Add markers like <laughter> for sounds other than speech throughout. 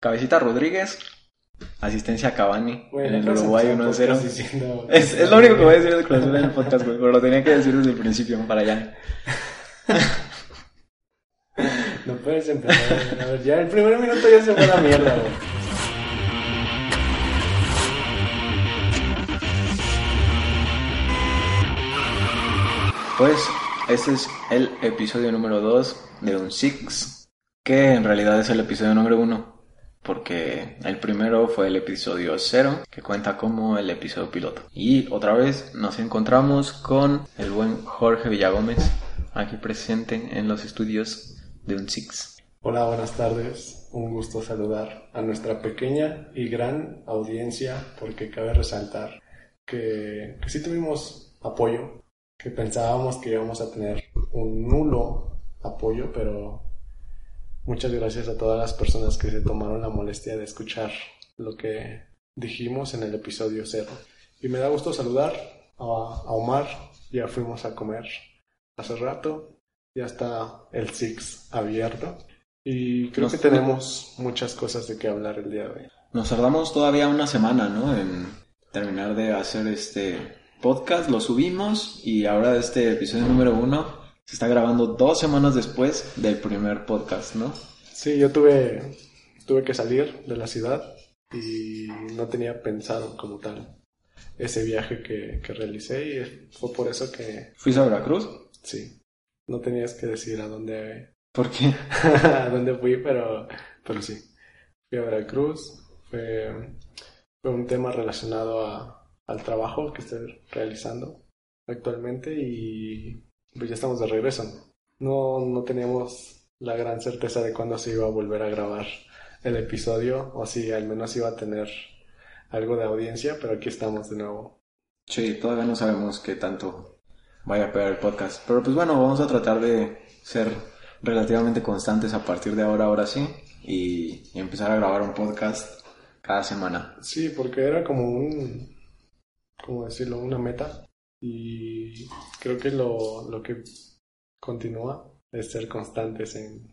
Cabecita Rodríguez, asistencia a Cavani Bueno, en el pues, Uruguay empezamos 1-0. podcast diciendo- <laughs> Es, es lo único que voy a decir de clausura del podcast, güey, pero lo tenía que decir desde el principio para allá. No puedes empezar. A ver, ya el primer minuto ya se fue a la mierda, güey. Pues ese es el episodio número 2 de un Six, que en realidad es el episodio número 1, porque el primero fue el episodio 0, que cuenta como el episodio piloto. Y otra vez nos encontramos con el buen Jorge Villagómez, aquí presente en los estudios de un Six. Hola, buenas tardes. Un gusto saludar a nuestra pequeña y gran audiencia, porque cabe resaltar que, que sí tuvimos apoyo, que pensábamos que íbamos a tener un nulo apoyo, pero muchas gracias a todas las personas que se tomaron la molestia de escuchar lo que dijimos en el episodio cero. Y me da gusto saludar a, a Omar, ya fuimos a comer hace rato, ya está el Six abierto. Y creo Nos- que tenemos muchas cosas de qué hablar el día de hoy. Nos tardamos todavía una semana, ¿no? En terminar de hacer este podcast, lo subimos y ahora este episodio número 1 se está grabando dos semanas después del primer podcast, ¿no? Sí, yo tuve, tuve que salir de la ciudad y no tenía pensado como tal ese viaje que, que realicé y fue por eso que ¿Fuiste a Veracruz? sí, no tenías que decir a dónde, Porque <laughs> <laughs> a dónde fui, pero, pero sí, fui a Veracruz, fue, fue un tema relacionado a- al trabajo que estoy realizando actualmente y pues ya estamos de regreso. No, no teníamos la gran certeza de cuándo se iba a volver a grabar el episodio o si al menos iba a tener algo de audiencia, pero aquí estamos de nuevo. Sí, todavía no sabemos qué tanto vaya a pegar el podcast. Pero pues bueno, vamos a tratar de ser relativamente constantes a partir de ahora, ahora sí, y, y empezar a grabar un podcast cada semana. Sí, porque era como un, ¿cómo decirlo? Una meta y creo que lo, lo que continúa es ser constantes en,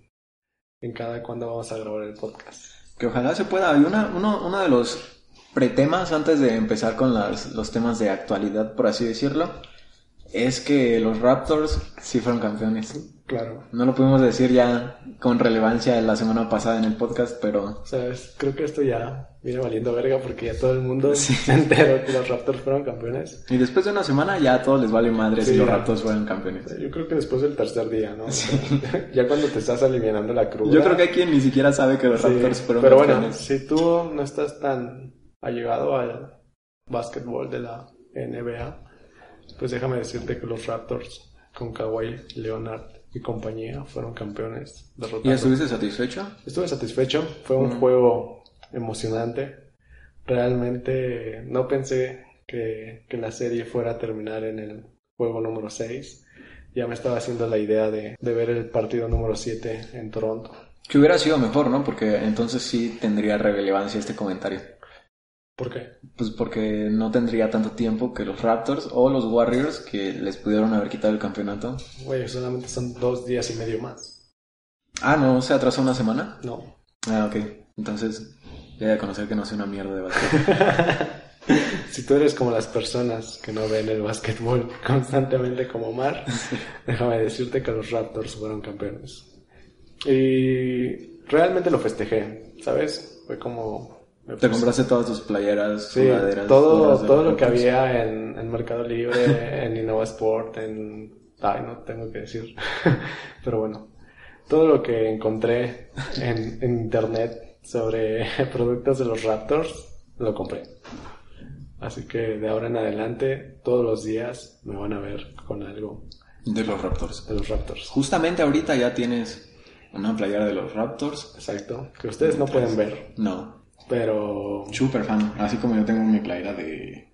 en cada cuándo vamos a grabar el podcast. Que ojalá se pueda. Hay una, uno, uno de los pretemas antes de empezar con las- los temas de actualidad, por así decirlo, es que los Raptors sí fueron campeones. Claro, No lo pudimos decir ya con relevancia la semana pasada en el podcast, pero o sea, es- creo que esto ya viene valiendo verga porque ya todo el <laughs> mundo se enteró que los Raptors fueron campeones. y después de una semana ya a todos les vale madre si Sí, los ya. Raptors fueron campeones. Yo creo que después del tercer día, ¿no? <laughs> ya cuando te estás aliviando la cruda. Yo creo que hay quien ni siquiera sabe que los Sí, Raptors fueron pero campeones. bueno, si tú no estás tan allegado al básquetbol de la NBA, pues déjame decirte que los Raptors con Kawhi Leonard y compañía fueron campeones ¿Y derrotando. estuviste satisfecho? Estuve satisfecho, fue un Mm. juego emocionante. Realmente no pensé que, que la serie fuera a terminar en el juego número 6. Ya me estaba haciendo la idea de, de ver el partido número 7 en Toronto. Que hubiera sido mejor, ¿no? Porque entonces sí tendría relevancia este comentario. ¿Por qué? Pues porque no tendría tanto tiempo que los Raptors o los Warriors que les pudieron haber quitado el campeonato. Güey, solamente son dos días y medio más. Ah, no, se atrasó una semana. No. Ah, ok. Entonces, ya de conocer que no soy una mierda de <laughs> básquet. Si tú eres como las personas que no ven el básquetbol <laughs> constantemente como Mar, déjame decirte que los Raptors fueron campeones. Y realmente lo festejé, ¿sabes? Fue como... me Te puse- compraste todas tus playeras, Sí, sudaderas, gorras todo, de todo lo Raptors. que había en, en Mercado Libre, <laughs> en Innova Sport, en... Ay, no tengo que decir. <laughs> Pero bueno, todo lo que encontré en, en internet sobre <laughs> productos de los Raptors, lo compré. Así que de ahora en adelante, todos los días me van a ver con algo De los Raptors. de los Raptors. Justamente ahorita ya tienes una playera de los Raptors. Exacto. Que ustedes no pueden ver, No, pero super fan. Así como yo tengo mi playera de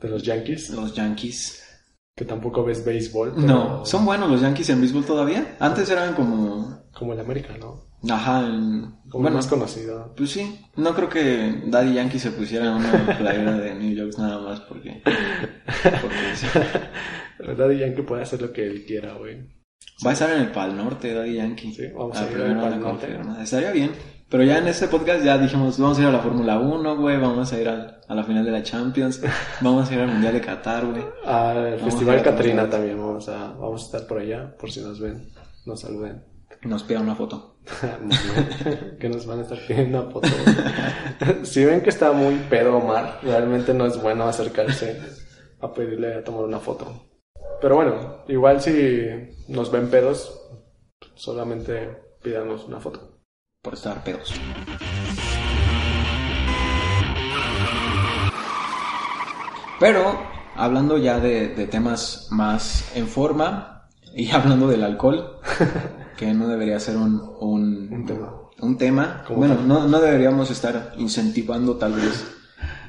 de los Yankees, los Yankees. que tampoco ves béisbol. pero No, son buenos los Yankees en béisbol todavía. Antes eran como... como el América, ¿no? Ajá, en- Como el más conocido. Pues sí, no creo que Daddy Yankee se pusiera una playera de New York nada más porque, porque sí. La verdad, Yankee puede hacer lo que él quiera, güey. va a estar en el Pal Norte Daddy Yankee. Sí, vamos Ah, a ir primero al Pal la Norte. confirma. Estaría bien. Pero ya en ese podcast ya dijimos, vamos a ir a la Fórmula 1, güey, vamos a ir al- a la final de la Champions, vamos a ir al Mundial de Qatar, güey. Al Vamos a Festival ver, Catrina vamos a también vamos a, vamos a estar por allá, por si nos ven, nos <laughs> saluden. Nos pida una foto. Muy bien. que nos van a estar pidiendo una foto. <laughs> si ven que está muy pedo Omar, realmente no es bueno acercarse a pedirle a tomar una foto. Pero bueno, igual si nos ven pedos, solamente pídanos una foto. Por estar pedos. Pero, hablando ya de, de temas más en forma, y <laughs> hablando del alcohol, que no debería ser un, un, Un tema. un tema. Como Bueno, tal. no, no deberíamos estar incentivando tal vez.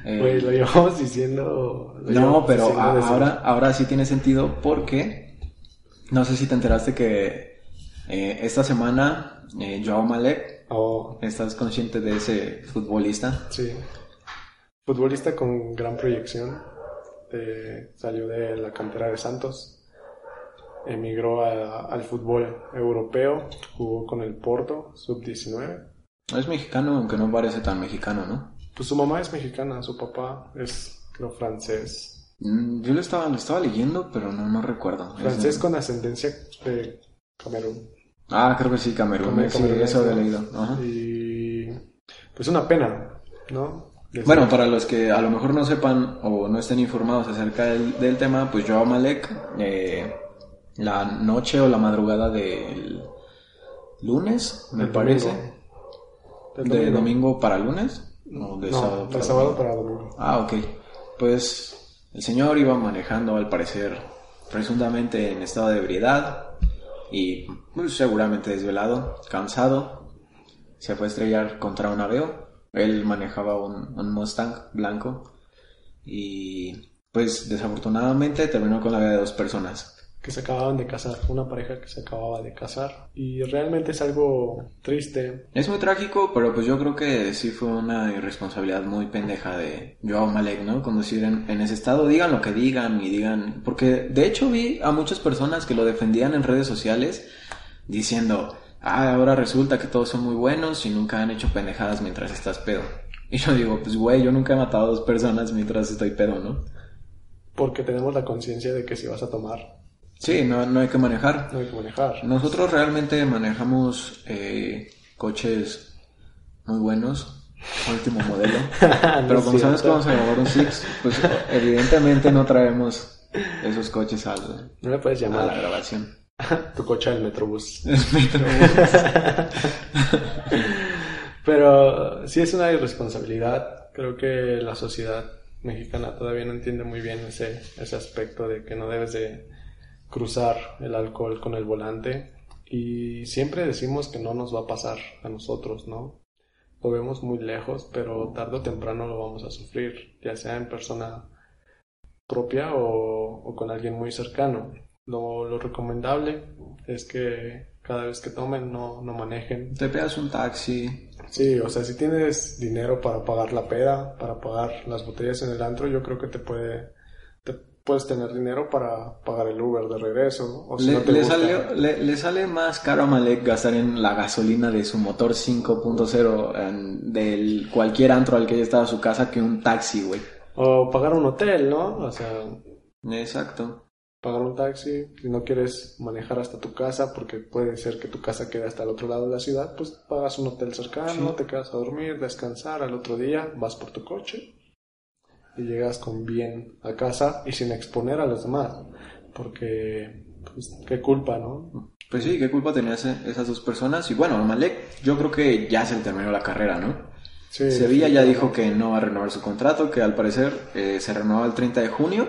eh, Pues lo llevamos diciendo. no, lo llevamos pero diciendo a- desde- ahora, ahora sí tiene sentido porque no sé si te enteraste que eh, esta semana eh, Joao Malek, Oh, estás consciente de ese futbolista, sí. Futbolista con gran proyección. eh, salió de la cantera de Santos. Emigró a- al fútbol europeo. Jugó con el Porto, sub-19. es mexicano, aunque no parece tan mexicano, ¿no? Pues su mamá es mexicana, su papá es lo francés. Mm, Yo lo estaba, lo estaba leyendo, pero no, no recuerdo. Es- Francés con ascendencia de Camerún. Ah, creo que sí, Camerún. Camerún, sí, Camerún, eso había ¿no? leído. ajá. Y. Pues una pena, ¿no? Decir- Bueno, para los que a lo mejor no sepan o no estén informados acerca del, del tema, pues Joao Malek, eh, la noche o la madrugada del lunes, me Del parece, domingo. Del de domingo para lunes, o de No, sábado de para sábado domingo. para domingo. Ah, ok. Pues el señor iba manejando, al parecer, presuntamente en estado de ebriedad y muy seguramente desvelado, cansado. Se fue a estrellar contra un aveo. Él manejaba un, un Mustang blanco y, pues, desafortunadamente terminó con la vida de dos personas. que se acababan de casar, una pareja que se acababa de casar. Y realmente es algo triste. Es muy trágico, pero pues yo creo que sí fue una irresponsabilidad muy pendeja de Joao Malek, ¿no? Conducir en, en ese estado, digan lo que digan y digan... Porque de hecho vi a muchas personas que lo defendían en redes sociales diciendo, ah, ahora resulta que todos son muy buenos y nunca han hecho pendejadas mientras estás pedo. Y yo digo, pues güey, yo nunca he matado a dos personas mientras estoy pedo, ¿no? Porque tenemos la conciencia de que si vas a tomar, Sí, no, no hay que manejar. no hay que manejar. Nosotros realmente manejamos eh, coches muy buenos, último modelo. <laughs> Pero No como es sabes que cierto. vamos a grabar un Six, pues evidentemente no traemos esos coches al- No le puedes a la llamar grabación. tu coche al Metrobús. Ah. El Metrobús. <laughs> Pero sí es una irresponsabilidad. Creo que la sociedad mexicana todavía no entiende muy bien ese, ese aspecto de que no debes de cruzar el alcohol con el volante. Y siempre decimos que no nos va a pasar a nosotros, ¿no? Lo vemos muy lejos, pero tarde o temprano lo vamos a sufrir, ya sea en persona propia o, o con alguien muy cercano. Lo, lo recomendable es que cada vez que tomen no, no manejen, Te pegas un taxi. Sí, o sea, si tienes dinero para pagar la peda, para pagar las botellas en el antro, yo creo que te puede, te puedes tener dinero para pagar el Uber de regreso, o si Le, no te le gusta. salió- le- le sale más caro a Malek gastar en la gasolina de su motor 5.0 en- del cualquier antro al que haya estado su casa que un taxi, güey. O pagar un hotel, ¿no? O sea, Exacto. pagar un taxi, si no quieres manejar hasta tu casa, porque puede ser que tu casa quede hasta el otro lado de la ciudad, pues pagas un hotel cercano, Sí. te quedas a dormir, descansar, al otro día vas por tu coche y llegas con bien a casa y sin exponer a los demás, porque pues, qué culpa, ¿no? Pues sí, ¿qué culpa tenían ese- esas dos personas? Y bueno, Malek, yo creo que ya se le terminó la carrera, ¿no? Sí, Sevilla ya dijo que no va a renovar su contrato, que al parecer eh, se renovaba el 30 de junio.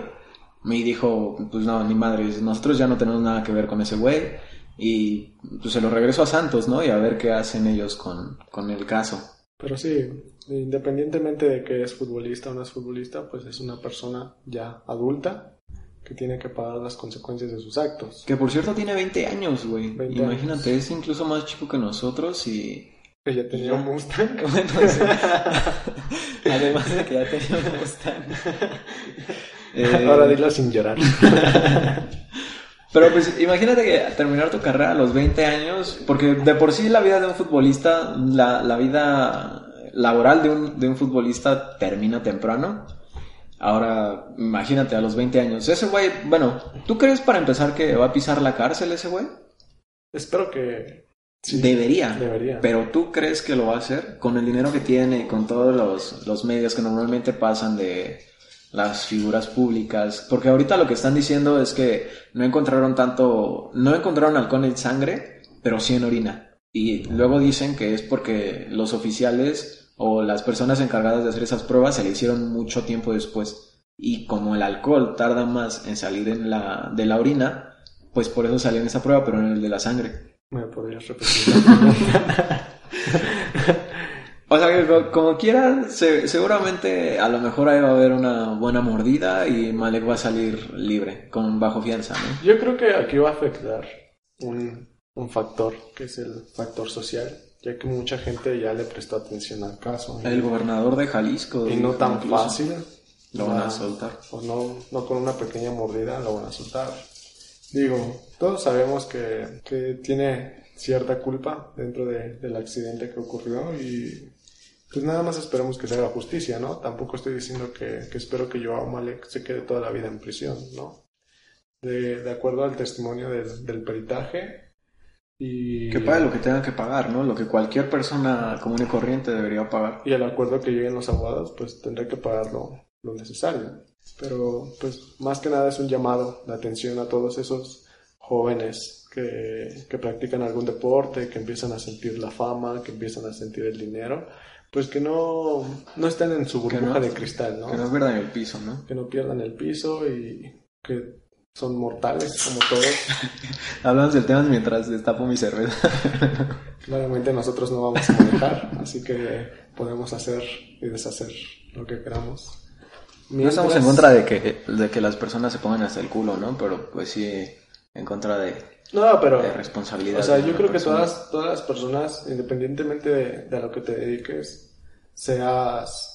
Y dijo, pues no, ni madres, nosotros ya no tenemos nada que ver con ese güey. Y pues se lo regreso a Santos, ¿no? Y a ver qué hacen ellos con, con el caso. Pero sí, independientemente de que es futbolista o no es futbolista, pues es una persona ya adulta que tiene que pagar las consecuencias de sus actos. Que por cierto tiene 20 años, güey. 20 Imagínate, es incluso más chico que nosotros y... Ella tenía un Mustang. Entonces, <laughs> además de que ya tenía un Mustang. Eh, Ahora dilo sin llorar. Pero pues imagínate que al terminar tu carrera a los 20 años, porque de por sí la vida de un futbolista, la, la vida laboral de un, de un futbolista termina temprano. Ahora, imagínate a los 20 años. Ese güey, bueno, ¿tú crees para empezar que va a pisar la cárcel ese güey? Espero que sí, debería. debería. Pero ¿tú crees que lo va a hacer con el dinero que tiene y con todos los, los medios que normalmente pasan de las figuras públicas? Porque ahorita lo que están diciendo es que no encontraron tanto, no encontraron alcohol en sangre, pero sí en orina. Y luego dicen que es porque los oficiales o las personas encargadas de hacer esas pruebas se le hicieron mucho tiempo después. Y como el alcohol tarda más en salir en la, de la orina, pues por eso salió en esa prueba, pero no en el de la sangre. ¿Me podrías repetir? la pregunta? O sea que co- como quiera, se- seguramente a lo mejor ahí va a haber una buena mordida y Malek va a salir libre, con bajo fianza, ¿no? Yo creo que aquí va a afectar un, un factor, que es el factor social, ya que mucha gente ya le prestó atención al caso. El gobernador de Jalisco. y no dijo tan incluso, fácil. Lo van va- a soltar. o no, no con una pequeña mordida lo van a soltar. Digo, todos sabemos que, que tiene cierta culpa dentro de- del accidente que ocurrió y pues nada más esperemos que se haga justicia, ¿no? Tampoco estoy diciendo que, que espero que Joao Malek se quede toda la vida en prisión, ¿no? De, de acuerdo al testimonio del, del peritaje y... Que pague lo que tengan que pagar, ¿no? Lo que cualquier persona común y corriente debería pagar. y el acuerdo que lleguen los abogados, pues tendrá que pagar lo, lo necesario. Pero, pues, más que nada es un llamado de atención a todos esos jóvenes que, que practican algún deporte, que empiezan a sentir la fama, que empiezan a sentir el dinero, pues que no, no estén en su Que no- burbuja de cristal, ¿no? Que no pierdan el piso, ¿no? Que no pierdan el piso y que son mortales como <laughs> todos. Hablamos del tema mientras destapo mi cerveza. <laughs> Claramente nosotros no vamos a manejar, así que podemos hacer y deshacer lo que queramos. No estamos en Mientras- contra de que, de que las personas se pongan hasta el culo, ¿no? Pero pues sí, en contra de, No, pero. de responsabilidad. O sea, de yo una creo que persona. todas, todas las personas, independientemente de, de lo que te dediques, seas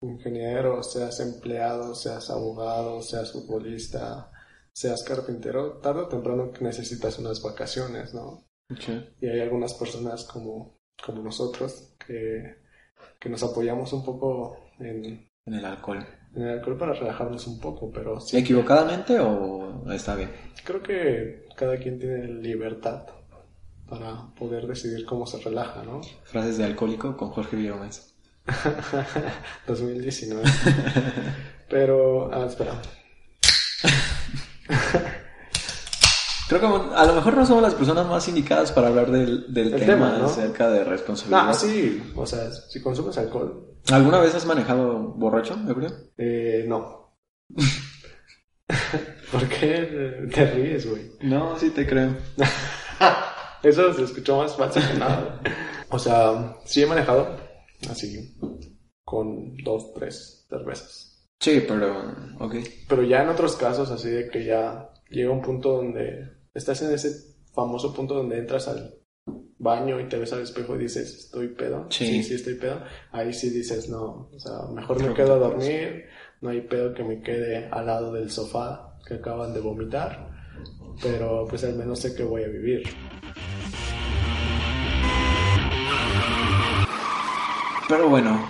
ingeniero, seas empleado, seas abogado, seas futbolista, seas carpintero, tarde o temprano que necesitas unas vacaciones, ¿no? Sí. Y hay algunas personas como, como nosotros que, que nos apoyamos un poco en, En el alcohol. en el alcohol para relajarnos un poco, pero sí, ¿Equivocadamente o está bien? Creo que cada quien tiene libertad para poder decidir cómo se relaja, ¿no? Frases de alcohólico con Jorge Villomes. 2019. Pero, ah, espera. Creo que bueno, a lo mejor no somos las personas más indicadas para hablar del, del El tema, tema, ¿no? acerca de responsabilidad. Ah, sí, o sea, si consumes alcohol, ¿Alguna vez has manejado borracho, ebrio? eh, no. ¿Por qué te ríes, güey? No, sí te creo. Eso se escuchó más falso que nada. O sea, sí he manejado así, con dos, tres cervezas. Sí, pero... Ok. Pero ya en otros casos, así de que ya llega un punto donde estás en ese famoso punto donde entras al baño y te ves al espejo y dices, estoy pedo. Sí. sí, estoy pedo. Ahí sí dices, no, o sea, mejor Creo me que quedo a te dormir, no hay pedo que me quede al lado del sofá que acaban de vomitar, pero pues al menos sé que voy a vivir. Pero bueno,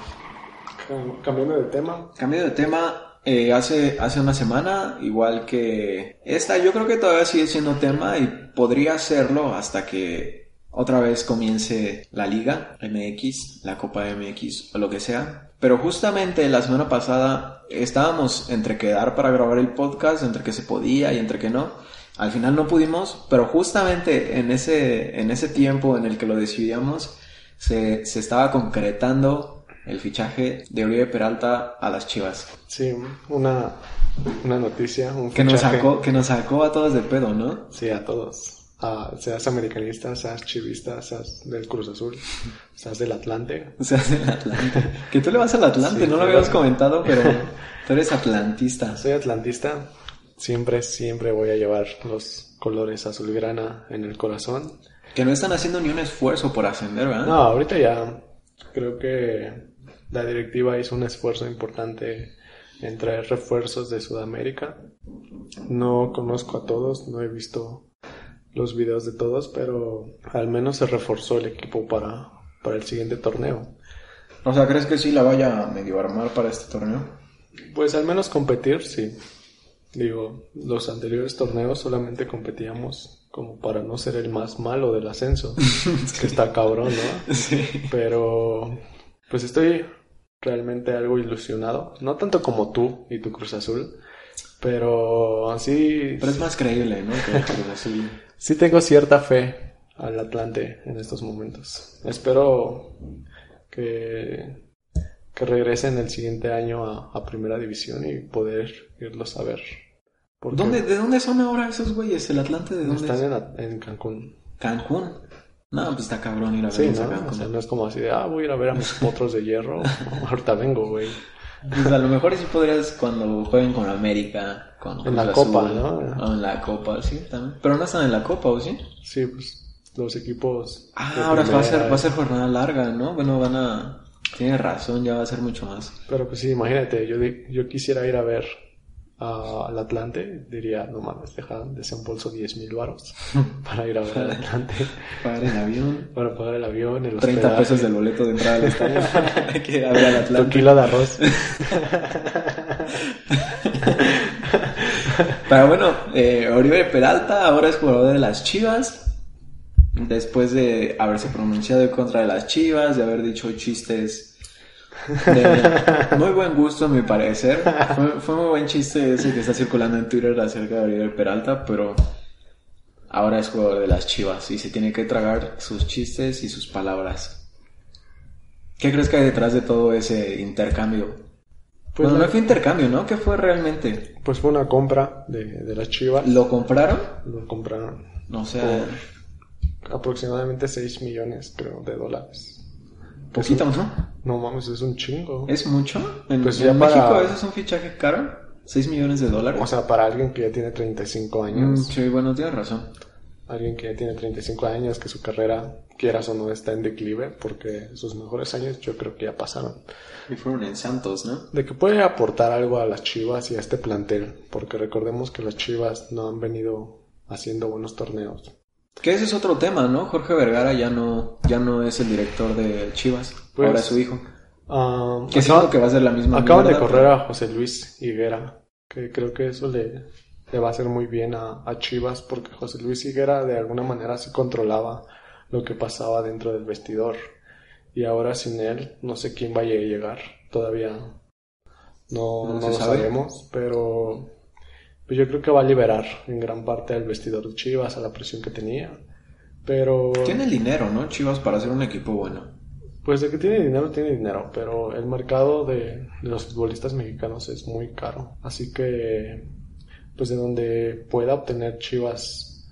Cam- Cambiando de tema, Cambio de tema, eh, hace, hace una semana, igual que esta, yo creo que todavía sigue siendo tema y podría serlo hasta que otra vez comience la liga MX, la Copa MX o lo que sea. Pero justamente la semana pasada estábamos entre quedar para grabar el podcast, entre que se podía y entre que no. Al final no pudimos, pero justamente en ese, en ese tiempo en el que lo decidíamos, se, se estaba concretando el fichaje de Oribe Peralta a las Chivas. sí, una, una noticia, un Que nos fichaje. sacó, que nos sacó a todos de pedo, ¿no? Sí, a todos. Ah, seas americanista, seas chivista, seas del Cruz Azul, seas del Atlante. O sea, <laughs> del Atlante. Que tú le vas al Atlante, Sí, no lo claro. habíamos comentado, pero tú eres atlantista. Soy atlantista. Siempre, siempre voy a llevar los colores azulgrana en el corazón. Que no están haciendo ni un esfuerzo por ascender, ¿verdad? No, ahorita ya creo que la directiva hizo un esfuerzo importante en traer refuerzos de Sudamérica. No conozco a todos, no he visto los videos de todos, pero al menos se reforzó el equipo para, para el siguiente torneo. O sea, ¿crees que sí la vaya a medio armar para este torneo? Pues al menos competir, sí. Digo, los anteriores torneos solamente competíamos como para no ser el más malo del ascenso, que está cabrón, <laughs> ¿no? Sí. Pero pues estoy realmente algo ilusionado, no tanto como tú y tu Cruz Azul, pero así Pero es más creíble, ¿no? Que el Cruz Azul. sí tengo cierta fe al Atlante en estos momentos. Espero que, que regresen el siguiente año a, a Primera División y poder irlos a ver. Porque ¿Dónde, ¿De dónde son ahora esos güeyes? ¿El Atlante de dónde Están es? en, At- en Cancún. Cancún. No, pues está cabrón ir a Sí, verlos a ¿no? O Cancún. sea, no es como así de, ah, voy a ir a ver <laughs> a mis potros de hierro. <laughs> Ahorita vengo, güey. Pues a lo mejor sí podrías cuando jueguen con América, con En la Cruz Copa, Azul, ¿no? o en la Copa, sí, también. Pero no están en la Copa, ¿o sí? Sí, pues los equipos. de Ah, ahora va a, ser, primera- va a ser jornada larga, ¿no? Bueno, van a... Tienes razón, ya va a ser mucho más. Pero pues sí, imagínate, yo, di- yo quisiera ir a ver a- al Atlante, dería, no mames, deja, desembolso 10 <laughs> mil baros para ir a ver al Atlante, Pagar en avión. para pagar el avión, el 30 hospedaje, pesos del boleto de entrada <laughs> al estadio. <laughs> Hay que ir a ver al tu Atlante. kilo de <laughs> arroz. Pero bueno, eh, Oribe Peralta ahora es jugador de las Chivas. Después de haberse pronunciado en contra de las Chivas, de haber dicho chistes de muy buen gusto, a mi parecer. Fue, fue muy buen chiste ese que está circulando en Twitter acerca de Oribe Peralta, pero ahora es jugador de las Chivas y se tiene que tragar sus chistes y sus palabras. ¿Qué crees que hay detrás de todo ese intercambio? Pues, bueno, la- no fue intercambio, ¿no? ¿Qué fue realmente? pues fue una compra de, de las Chivas, ¿Lo compraron? lo compraron O sea, aproximadamente 6 millones, creo, de dólares. poquito, ¿no? No mames, es un chingo. ¿Es mucho? En, Pues en ya para- México eso es un fichaje caro. 6 millones de dólares. O sea, para alguien que ya tiene 35 Mm, años, sí, bueno, tienes razón. alguien que ya tiene 35 años, que su carrera, quieras o no, está en declive, porque sus mejores años yo creo que ya pasaron. Y fueron en Santos, ¿no? De que puede aportar algo a las Chivas y a este plantel, porque recordemos que las Chivas no han venido haciendo buenos torneos. Que ese es otro tema, ¿no? Jorge Vergara ya no, ya no es el director de Chivas. Pues- ahora es su hijo. Ah, Que acaban siento que va a ser la misma acaban de mierda, correr a José Luis Higuera, que creo que eso le, le va a hacer muy bien a, a Chivas, porque José Luis Higuera de alguna manera sí controlaba lo que pasaba dentro del vestidor. Y ahora sin él, no sé quién vaya a llegar. Todavía no, No no, se lo sabe. sabemos, pero pues yo creo que va a liberar en gran parte al vestidor de Chivas, a la presión que tenía. Pero... pero- Tiene el dinero, ¿no? Chivas para ser un equipo bueno. Pues de que tiene dinero, tiene dinero, pero el mercado de, de los futbolistas mexicanos es muy caro. Así que, pues de donde pueda obtener Chivas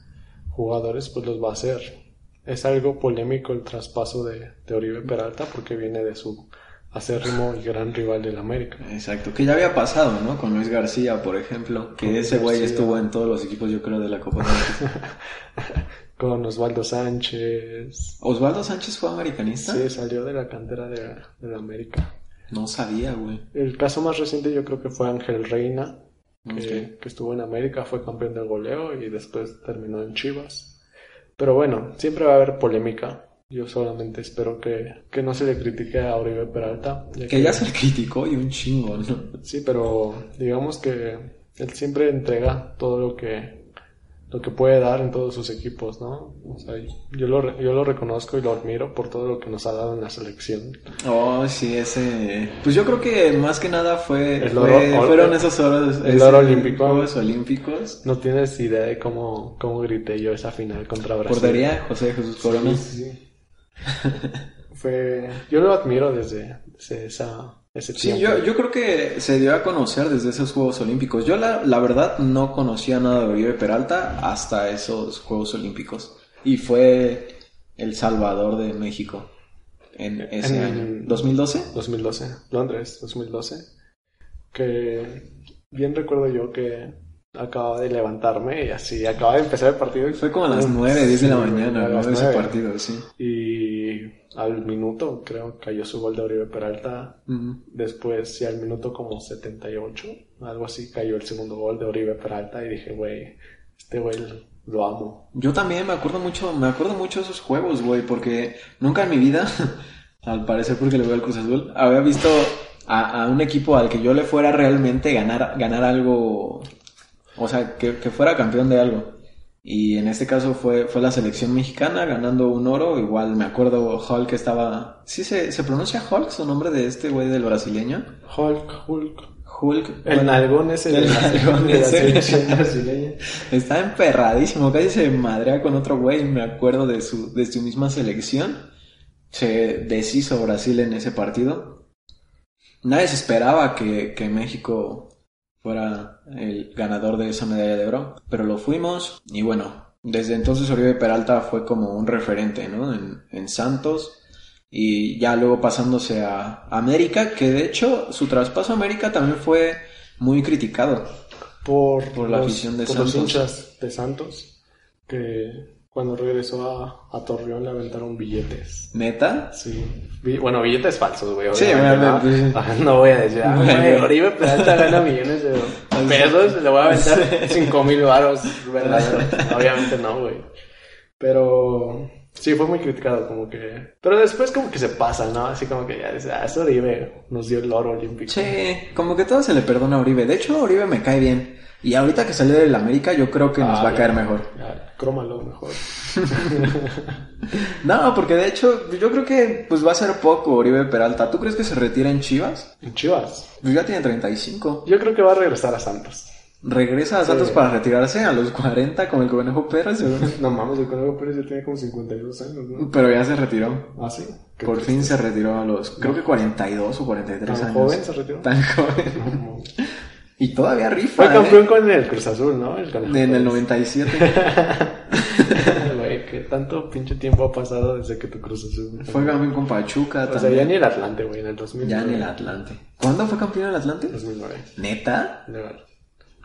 jugadores, pues los va a hacer. Es algo polémico el traspaso de, de Oribe Peralta porque viene de su acérrimo y gran rival del América. Exacto. Que ya había pasado, ¿no? Con Luis García, por ejemplo. Que Con ese güey García. estuvo en todos los equipos, yo creo, de la Copa <laughs> México. Con Osvaldo Sánchez. ¿Osvaldo Sánchez fue americanista? Sí, salió de la cantera de, de la América. No sabía, güey. El caso más reciente yo creo que fue Ángel Reina, que, Ok. que estuvo en América, fue campeón del goleo y después terminó en Chivas. Pero bueno, siempre va a haber polémica. Yo solamente espero que, que no se le critique a Oribe Peralta. ya Que ya se le criticó y un chingo, ¿no? Sí, pero digamos que él siempre entrega todo lo que lo que puede dar en todos sus equipos, ¿no? O sea, yo lo, re- yo lo reconozco y lo admiro por todo lo que nos ha dado en la selección. Oh, sí, ese... Pues yo creo que más que nada fue... El fue- oro- fueron esos oros... el ese- oro olímpico. Juegos olímpicos. No tienes idea de cómo, cómo grité yo esa final contra Brasil. Portería, José Jesús Corona. Sí, sí. Fue, yo lo admiro desde, desde esa, ese Sí, tiempo. yo, yo creo que se dio a conocer desde esos Juegos Olímpicos. Yo la, la verdad no conocía nada de Oribe Peralta hasta esos Juegos Olímpicos. Y fue el salvador de México en ese En- año. ¿2012? 2012, Londres, 2012. Que bien recuerdo yo que Acabo de levantarme y así, acaba de empezar el partido. y- Fue como a las 9, 10 de la Sí, mañana, a ¿no? las De ese nueve. partido, sí. Y al minuto, creo, cayó su gol de Oribe Peralta. Ujú. Después, sí, al minuto como 78, algo así, cayó el segundo gol de Oribe Peralta. Y dije, güey, este güey lo amo. Yo también me acuerdo mucho, me acuerdo mucho de esos juegos, güey, porque nunca en mi vida, <laughs> al parecer porque le voy al Cruz Azul, había visto a, a un equipo al que yo le fuera realmente ganar, ganar algo, o sea, que, que fuera campeón de algo. Y en este caso fue, fue la selección mexicana ganando un oro, igual me acuerdo Hulk estaba... ¿Sí se, se pronuncia Hulk su nombre de este güey del brasileño? Hulk, Hulk. Hulk. El bueno, nalgón ese de el la nalgón de la ese. selección brasileña. Está emperradísimo, casi se madrea con otro güey, me acuerdo de su, de su misma selección. Se deshizo Brasil en ese partido. Nadie se esperaba que, que México fuera el ganador de esa medalla de oro, pero lo fuimos y bueno, desde entonces Oribe Peralta fue como un referente ¿no? en, en Santos y ya luego pasándose a América, que de hecho su traspaso a América también fue muy criticado. por, Por la afición de por Santos. los hinchas de Santos que cuando regresó a, a Torreón le aventaron billetes. ¿Neta? Sí. Bi- bueno, billetes falsos, güey. Sí, obviamente, obviamente, ¿no? Ajá, No voy a decir, ah, Bueno. güey, Oribe Peralta gana millones de pesos, le voy a <laughs> aventar cinco mil varos, verdaderos. Obviamente no, güey. Pero sí, fue muy criticado, como que. Pero después, como que se pasa, ¿no? Así como que ya dice, ah, es Oribe, nos dio el oro olímpico. Sí, como que todo se le perdona a Oribe. De hecho, Oribe me cae bien. Y ahorita que salió del América, yo creo que nos Ah, va a ya. caer mejor. Ya, crómalo mejor. No, porque de hecho, yo creo que pues va a ser poco Oribe Peralta. ¿Tú crees que se retira en Chivas? En Chivas. Pues ya tiene 35. Yo creo que va a regresar a Santos. Regresa a Santos Sí. para retirarse a los 40 con el Conejo Pérez, seguro. <laughs> No mames, el Conejo Pérez ya tiene como 52 años, ¿no? Pero ya se retiró. Ah, sí. Qué Por triste. fin se retiró a los, creo que 42 o 43 Tan años. joven se retiró. Tan joven. No mames. Y todavía rifa. Fue ¿eh? campeón con el Cruz Azul, ¿no? El Conejo En el Pérez. 97. <laughs> Güey, que tanto pinche tiempo ha pasado desde que tu Cruz Azul. Fue campeón con Pachuca O sea, ya también. ni el Atlante, güey, en el 2009. Ya en el Atlante. ¿Cuándo fue campeón el Atlante? 2009. ¿Neta? De verdad.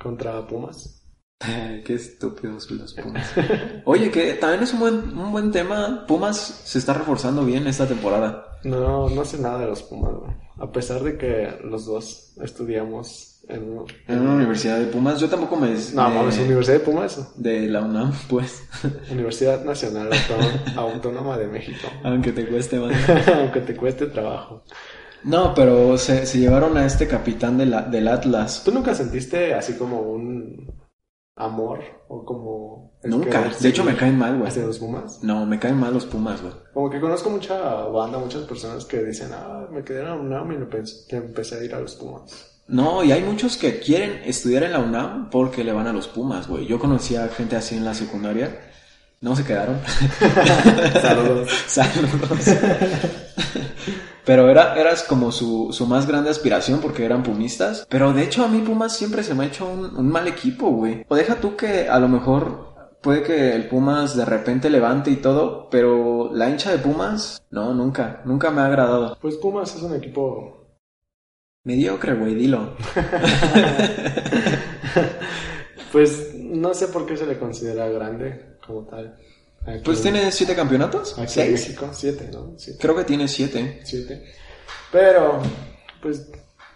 Contra Pumas. <laughs> Qué estúpidos los Pumas. <laughs> Oye, que también es un buen, un buen tema. Pumas se está reforzando bien esta temporada. No, no sé nada de los Pumas, güey. A pesar de que los dos estudiamos en. En una universidad de Pumas, yo tampoco me... No, me- mames, Universidad de Pumas. De la UNAM, <laughs> pues. Universidad Nacional Autónoma- Autónoma <laughs> de México. Aunque te cueste más. Aunque te cueste trabajo. No, pero se, se llevaron a este capitán de la- del Atlas. ¿Tú nunca sentiste así como un amor o como... el Nunca. querer De hecho, seguir me caen mal, güey. hacia los Pumas? No, me caen mal los Pumas, güey. Como que conozco mucha banda, muchas personas que dicen, ah, me quedé en la UNAM y me pens- que empecé a ir a <laughs> los Pumas. No, y hay muchos que quieren estudiar en la UNAM porque le van a los Pumas, güey. Yo conocía gente así en la secundaria. No se quedaron. <laughs> Saludos. Saludos. Pero era, eras como su, su más grande aspiración porque eran pumistas. Pero de hecho a mí Pumas siempre se me ha hecho un, un mal equipo, güey. O deja tú que a lo mejor puede que el Pumas de repente levante y todo, pero la hincha de Pumas, no, nunca, nunca me ha agradado. Pues Pumas es un equipo... Mediocre, güey, dilo. Pues no sé por qué se le considera grande como tal. Aquí- Pues tiene siete campeonatos. Aquí en Seis. México, siete, ¿no? Siete. Creo que tiene siete. 7. Pero, pues,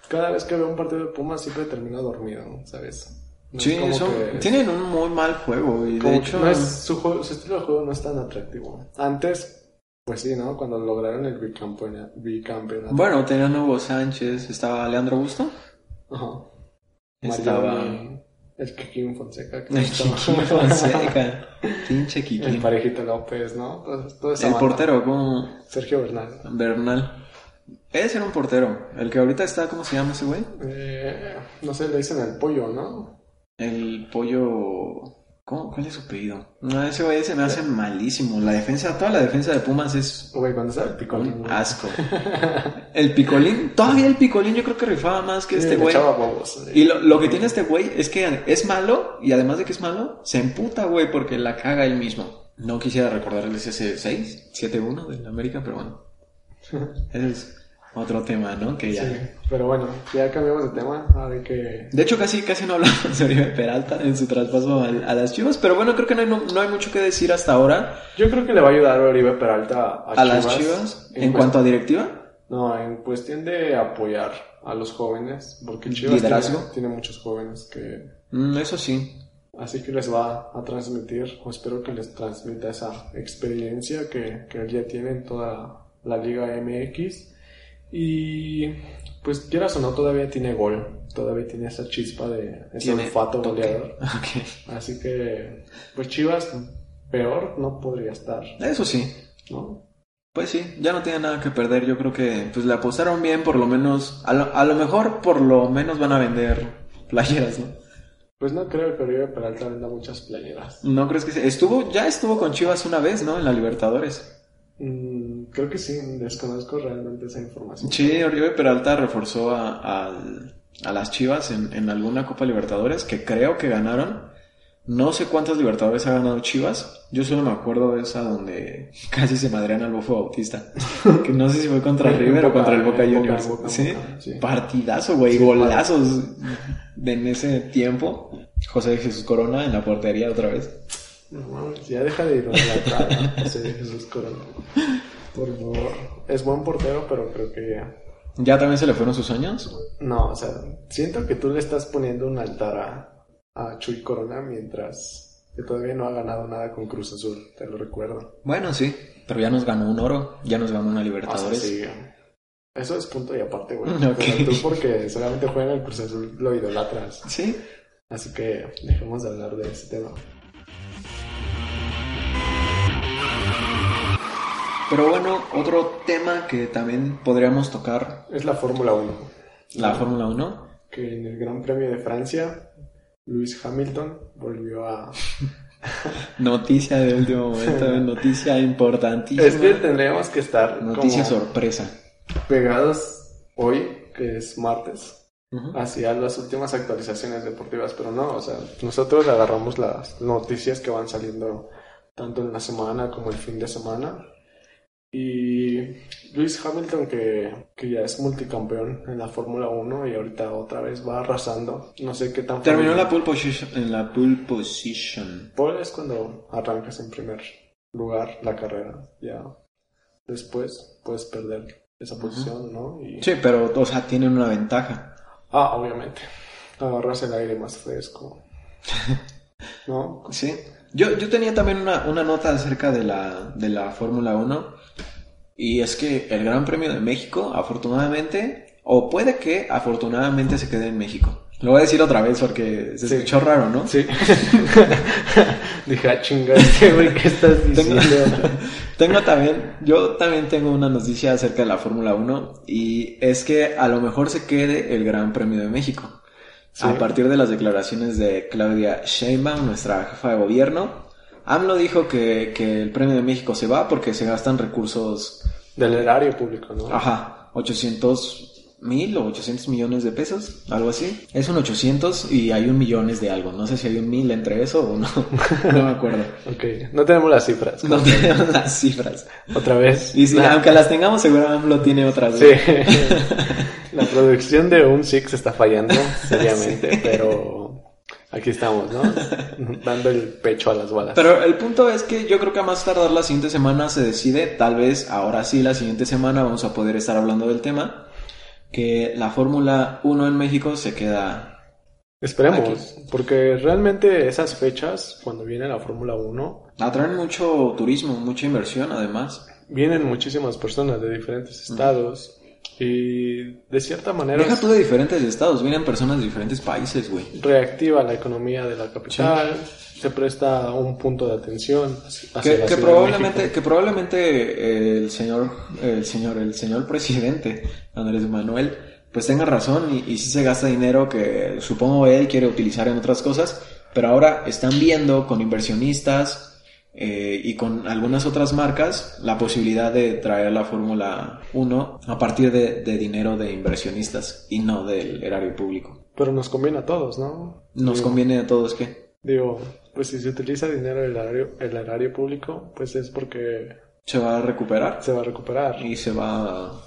cada vez que veo un partido de Pumas siempre termino dormido, ¿sabes? No es Sí, como son- que- tienen un muy mal juego y como de que hecho no es- su, juego- su estilo de juego no es tan atractivo. Antes, pues sí, ¿no? Cuando lograron el bicampeona- bicampeonato. bueno, tenían a Hugo Sánchez, estaba Leandro Gusto. Ajá. Estaba- Mariano, El Kikín Fonseca. <laughs> que El estaba- <laughs> Kikín Fonseca. Pinche Kikín. El El, Parejita López, ¿no? Todo- toda esa banda. portero, como Sergio Bernal. Bernal. Ese era un portero. El que ahorita está, ¿cómo se llama ese güey? Eh, no sé, le dicen el pollo, ¿no? El pollo. ¿Cómo? ¿Cuál es su pedido? No, ese güey se me hace malísimo. La defensa, toda la defensa de Pumas es Güey, cuando sale el picón. un <laughs> asco. El picolín, todavía el picolín yo creo que rifaba más que este güey. Y lo, lo que tiene este güey es que es malo y además de que es malo, se emputa, güey, porque la caga él mismo. No quisiera recordarles ese 6, 7-1 del América, pero bueno. Ese es Otro tema, ¿no? Que ya... Sí, pero bueno, ya cambiamos de tema. A ver qué. De hecho, casi, casi no hablamos de Oribe Peralta en su traspaso al- a, las Chivas, pero bueno, creo que no hay, no, no hay mucho que decir hasta ahora Yo creo que le va a ayudar Oribe Peralta a, a las Chivas en cuest- cuanto a directiva. No, en cuestión de apoyar a los jóvenes, porque Chivas Liderazgo. tiene, tiene muchos jóvenes que... Mm, eso sí. <laughs> Así que les va a transmitir, o espero que les transmita esa experiencia que, que ya tiene en toda la Liga MX. Y pues quieras o no, todavía tiene gol, todavía tiene esa chispa de ese Tiene olfato toque. goleador. Ok. Así que, pues Chivas, peor no podría estar, Eso sí. ¿no? Pues sí, ya no tiene nada que perder. Yo creo que pues le apostaron bien, por lo menos, a lo, a lo mejor por lo menos van a vender playeras, ¿no? Pues no creo que Oribe Peralta venda muchas playeras. ¿No crees que se... estuvo ya estuvo con Chivas una vez, ¿no? En la Libertadores. Mm, creo que sí, desconozco realmente esa información. Sí, Oribe Peralta reforzó a, al- a las Chivas en, en alguna Copa Libertadores que creo que ganaron. No sé cuántas Libertadores ha ganado Chivas. Yo solo me acuerdo de esa donde <laughs> casi se madrean al Bofo Bautista. <laughs> Que no sé si fue contra En River o Boca, contra el Boca en Boca, Juniors. en Boca, en ¿Sí? Boca, sí. Partidazo, güey. Sí, golazos de en ese tiempo. José Jesús Corona en la portería otra vez. No mames, ya deja de ir a la cara, <laughs> José de Jesús Corona. Por favor. Es buen portero, pero creo que ya. ¿Ya también se le fueron sus años? No, o sea, siento que tú le estás poniendo un altar a, a Chuy Corona mientras que todavía no ha ganado nada con Cruz Azul, te lo recuerdo. Bueno, sí, pero ya nos ganó un oro, ya nos ganó una O sea, Libertadores. Ah, sí, Eso es punto y aparte, güey. <laughs> Ok. Pero tú porque solamente juega en el Cruz Azul lo idolatras. Sí. Así que dejemos de hablar de ese tema. Pero bueno, otro tema que también podríamos tocar, Es la Fórmula 1. la Fórmula 1. que en el Gran Premio de Francia, Lewis Hamilton volvió a... Noticia de último momento, noticia importantísima. Es que tendríamos que estar Noticia como sorpresa. pegados hoy, que es martes, Ujú. hacia las últimas actualizaciones deportivas, pero no, o sea, nosotros agarramos las noticias que van saliendo tanto en la semana como el fin de semana. Y Lewis Hamilton, que, que ya es multicampeón en la Fórmula 1 y ahorita otra vez va arrasando, no sé qué tan... Terminó familiar- la pole position, en la pole position. Pole es cuando arrancas en primer lugar la carrera. Ya después puedes perder esa posición, ¿no? Y... Sí, pero, o sea, tienen una ventaja. Ah, obviamente. Agarras el aire más <laughs> fresco. ¿No? Sí. Yo, yo tenía también una, una nota acerca de la, de la Fórmula 1. Y es que el Gran Premio de México, afortunadamente, o puede que afortunadamente se quede en México. Lo voy a decir otra vez porque se Sí. escuchó raro, ¿no? Sí. <laughs> Dije, ah, chinga, este güey, ¿qué estás Tengo- diciendo? <laughs> Tengo también, yo también tengo una noticia acerca de la Fórmula 1 y es que a lo mejor se quede el Gran Premio de México. Sí. A partir de las declaraciones de Claudia Sheinbaum, nuestra jefa de gobierno, AMLO dijo que, que el Premio de México se va porque se gastan recursos, Del erario público, ¿no? Ah. ajá, 800 mil o 800 millones de pesos, algo así. Es un 800 y hay un millones de algo. No sé si hay un mil entre eso o no, <laughs> no me acuerdo. Ok, no tenemos las cifras. <laughs> No tenemos las cifras. Otra vez. Y si, Nah. aunque las tengamos, seguro AMLO tiene otras. <laughs> Sí. La producción de un Six está fallando seriamente, pero aquí estamos, <laughs> ¿no? Dando el pecho a las balas. Pero el punto es que yo creo que a más tardar la siguiente semana se decide, tal vez ahora sí, la siguiente semana vamos a poder estar hablando del tema, que la Fórmula 1 en México se queda... Esperemos, porque realmente esas fechas, cuando viene la Fórmula 1, Atraen mucho turismo, mucha inversión además. vienen muchísimas personas de diferentes estados y de cierta manera Deja tú de diferentes estados, vienen personas de diferentes países, güey. reactiva la economía de la capital, se presta un punto de atención. hacia Que, la que Ciudad de México. probablemente, que probablemente eh, el señor, el señor, el señor presidente Andrés Manuel, pues tenga razón y, y sí se gasta dinero que supongo él quiere utilizar en otras cosas, pero ahora están viendo con inversionistas eh, y con algunas otras marcas la posibilidad de traer la Fórmula 1 a partir de, de dinero de inversionistas y no del erario público. Pero nos conviene a todos, ¿no? Nos Digo, conviene a todos que Digo, pues si se utiliza dinero del erario, el erario público, pues es porque se va a recuperar se va a recuperar. y se va a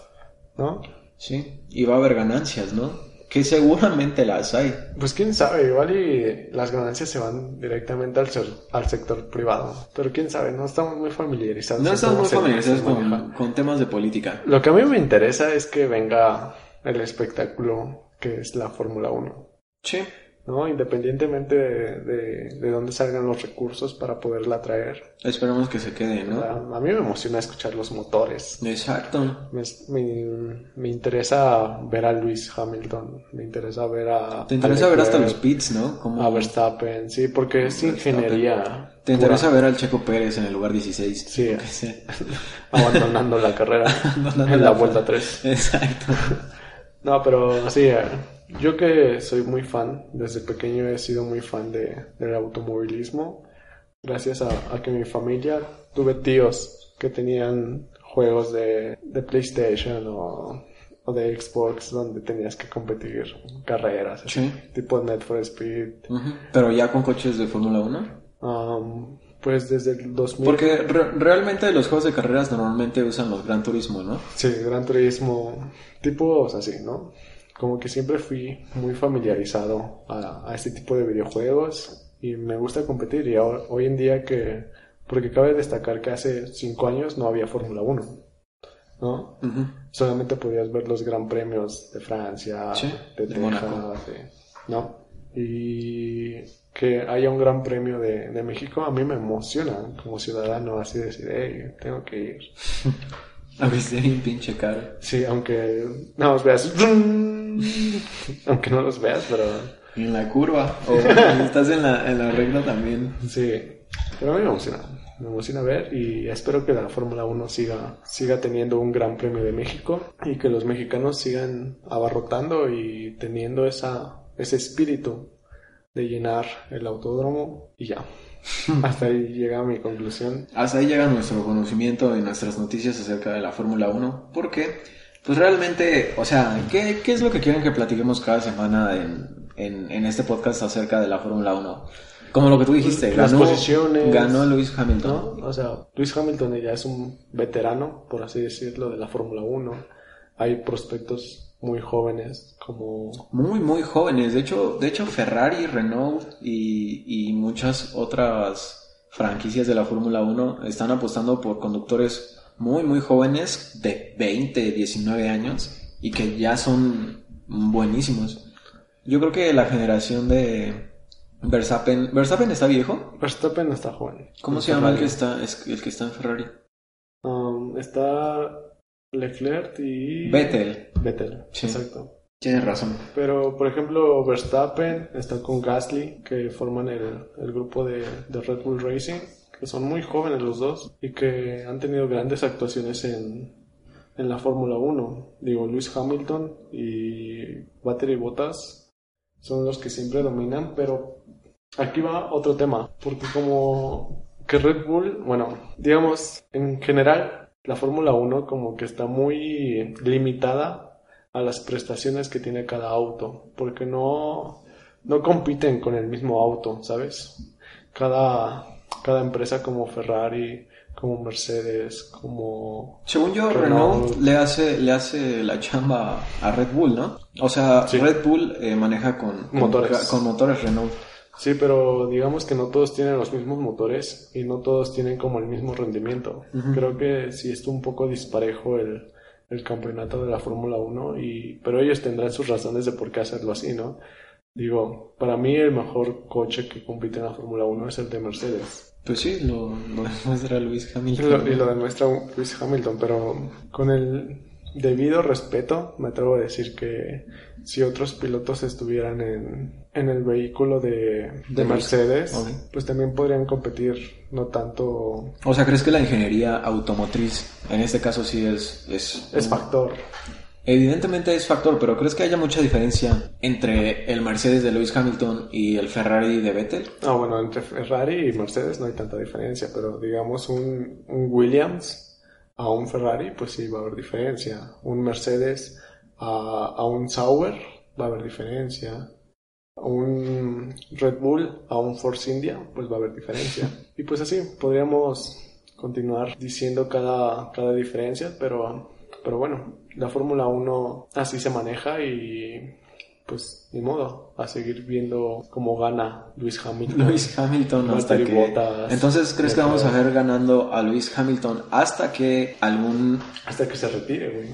¿no? Sí, y va a haber ganancias, ¿no? Que seguramente las hay. Pues quién sabe, igual y las ganancias se van directamente al, ser- al sector privado. Pero quién sabe, no estamos muy familiarizados. No en estamos cómo muy se- familiarizados se con, maneja. con temas de política. Lo que a mí me interesa es que venga el espectáculo que es la Fórmula 1. Sí. ¿no? Independientemente de, de, de dónde salgan los recursos para poderla traer. Esperamos que se quede, ¿no? A, a mí me emociona escuchar los motores. Exacto. Me, me- me interesa ver a Luis Hamilton. Me interesa ver a. Te interesa a ver hasta los Leclerc, pits, ¿no? Como- A Verstappen, sí, porque es Verstappen. ingeniería. Te pura, interesa ver al Checo Pérez en el lugar 16. <laughs> Sí. Yo qué sé. Abandonando la carrera <laughs> Abandonando en la la- vuelta 3. Exacto. No, pero sí, eh, yo que soy muy fan, desde pequeño he sido muy fan de, del automovilismo, gracias a, a que mi familia tuve tíos que tenían juegos de, de PlayStation o, o de Xbox donde tenías que competir carreras, así, Sí. tipo Need for Speed, Ujú. Pero ya con coches de Fórmula 1. um, pues desde el 2000, Porque re- realmente los juegos de carreras normalmente usan los Gran Turismo, ¿no? sí, Gran Turismo, tipos así, ¿no? como que siempre fui muy familiarizado a, a este tipo de videojuegos y me gusta competir y ahora- hoy en día que porque cabe destacar que hace cinco años no había Fórmula 1 ¿no? Ujú. solamente podías ver los gran premios de Francia Sí, de de Texas Mónaco. de- ¿no? y que haya un gran premio de, de México a mí me emociona como ciudadano así decir hey tengo que ir A ver si <laughs> hay un pinche caro. sí aunque no los veas <laughs> aunque no los veas pero En la curva. O <laughs> cuando estás en la, en la regla también. Sí, pero a mí me emociona. Me emociona ver y espero que la Fórmula 1 siga, siga teniendo un gran premio de México y que los mexicanos sigan abarrotando y teniendo esa, ese espíritu de llenar el autódromo y ya. Hasta ahí llega mi conclusión. Hasta ahí llega nuestro conocimiento y nuestras noticias acerca de la Fórmula 1. Porque, pues realmente, o sea, ¿qué, qué es lo que quieren que platiquemos cada semana en, en, en este podcast acerca de la Fórmula 1? Como lo que tú dijiste, Las ganó, posiciones. ganó Luis Hamilton. ¿no? O sea, Luis Hamilton ya es un veterano, por así decirlo, de la Fórmula 1. Hay prospectos muy jóvenes como Muy, muy jóvenes. De hecho, de hecho Ferrari, Renault y, y muchas otras franquicias de la Fórmula 1 están apostando por conductores muy, muy jóvenes de 20, 19 años y que ya son buenísimos. Yo creo que la generación de Verstappen... ¿Verstappen está viejo? Verstappen está joven. ¿Cómo se Está llama el que joven. está, es- el que está en Ferrari? Um, está Leclerc y... Vettel. Vettel, Sí. exacto. Tienes razón. Pero, por ejemplo, Verstappen está con Gasly, que forman el, el grupo de, de Red Bull Racing, que son muy jóvenes los dos y que han tenido grandes actuaciones en, en la Fórmula 1. Digo, Lewis Hamilton y Valtteri Bottas son los que siempre dominan, pero aquí va otro tema, porque como que Red Bull, bueno, digamos, en general, la Fórmula 1 como que está muy limitada a las prestaciones que tiene cada auto, porque no, no compiten con el mismo auto, ¿sabes? Cada, cada empresa como Ferrari, como Mercedes, como... Según yo, Renault. Renault le hace, le hace la chamba a Red Bull, ¿no? O sea, Sí. Red Bull eh, maneja con, con- Motores. con motores Renault. Sí, pero digamos que no todos tienen los mismos motores y no todos tienen como el mismo rendimiento. Ujú. Creo que sí está un poco disparejo el, el campeonato de la Fórmula 1, y, pero ellos tendrán sus razones de por qué hacerlo así, ¿no? Digo, para mí el mejor coche que compite en la Fórmula 1 es el de Mercedes. Pues sí, lo, lo <laughs> demuestra Luis Y Hamilton. lo, y lo demuestra Lewis Hamilton, pero con el debido respeto, me atrevo a decir que si otros pilotos estuvieran en, en el vehículo de, de De Mercedes, Ok. pues también podrían competir, no tanto O sea, ¿crees que la ingeniería automotriz, en este caso sí es... es, es factor. Evidentemente es factor, pero ¿crees que haya mucha diferencia entre el Mercedes de Lewis Hamilton y el Ferrari de <laughs> Vettel? Ah, bueno, entre Ferrari y Mercedes no hay tanta diferencia, pero digamos un, un Williams a un Ferrari, pues sí va a haber diferencia. Un Mercedes a, a un Sauber va a haber diferencia. Un Red Bull a un Force India, pues va a haber diferencia. Y pues así, podríamos continuar diciendo cada, cada diferencia, pero, pero bueno, la Fórmula 1 así se maneja y pues ni modo, a seguir viendo cómo gana Luis Hamilton. Luis Hamilton hasta Valtteri que... Bottas. Entonces, ¿crees que vamos a Mercado. ver ganando a Luis Hamilton hasta que algún... Hasta que se retire, güey.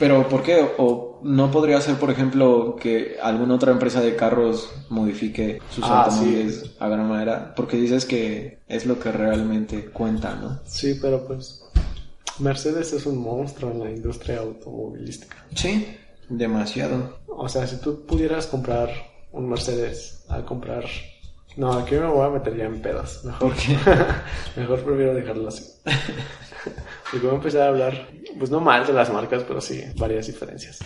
Pero, ¿por qué? ¿O no podría ser, por ejemplo, que alguna otra empresa de carros modifique sus Ah, automóviles a gran manera? Porque dices que es lo que realmente cuenta, ¿no? Sí, pero pues Mercedes es un monstruo en la industria automovilística. Sí, demasiado. O sea, si tú pudieras comprar un Mercedes a comprar... No, aquí me voy a meter ya en pedas. Mejor, ¿Por qué? <laughs> mejor prefiero dejarlo así. <laughs> Y voy a empezar a hablar, pues no mal de las marcas, pero sí varias diferencias.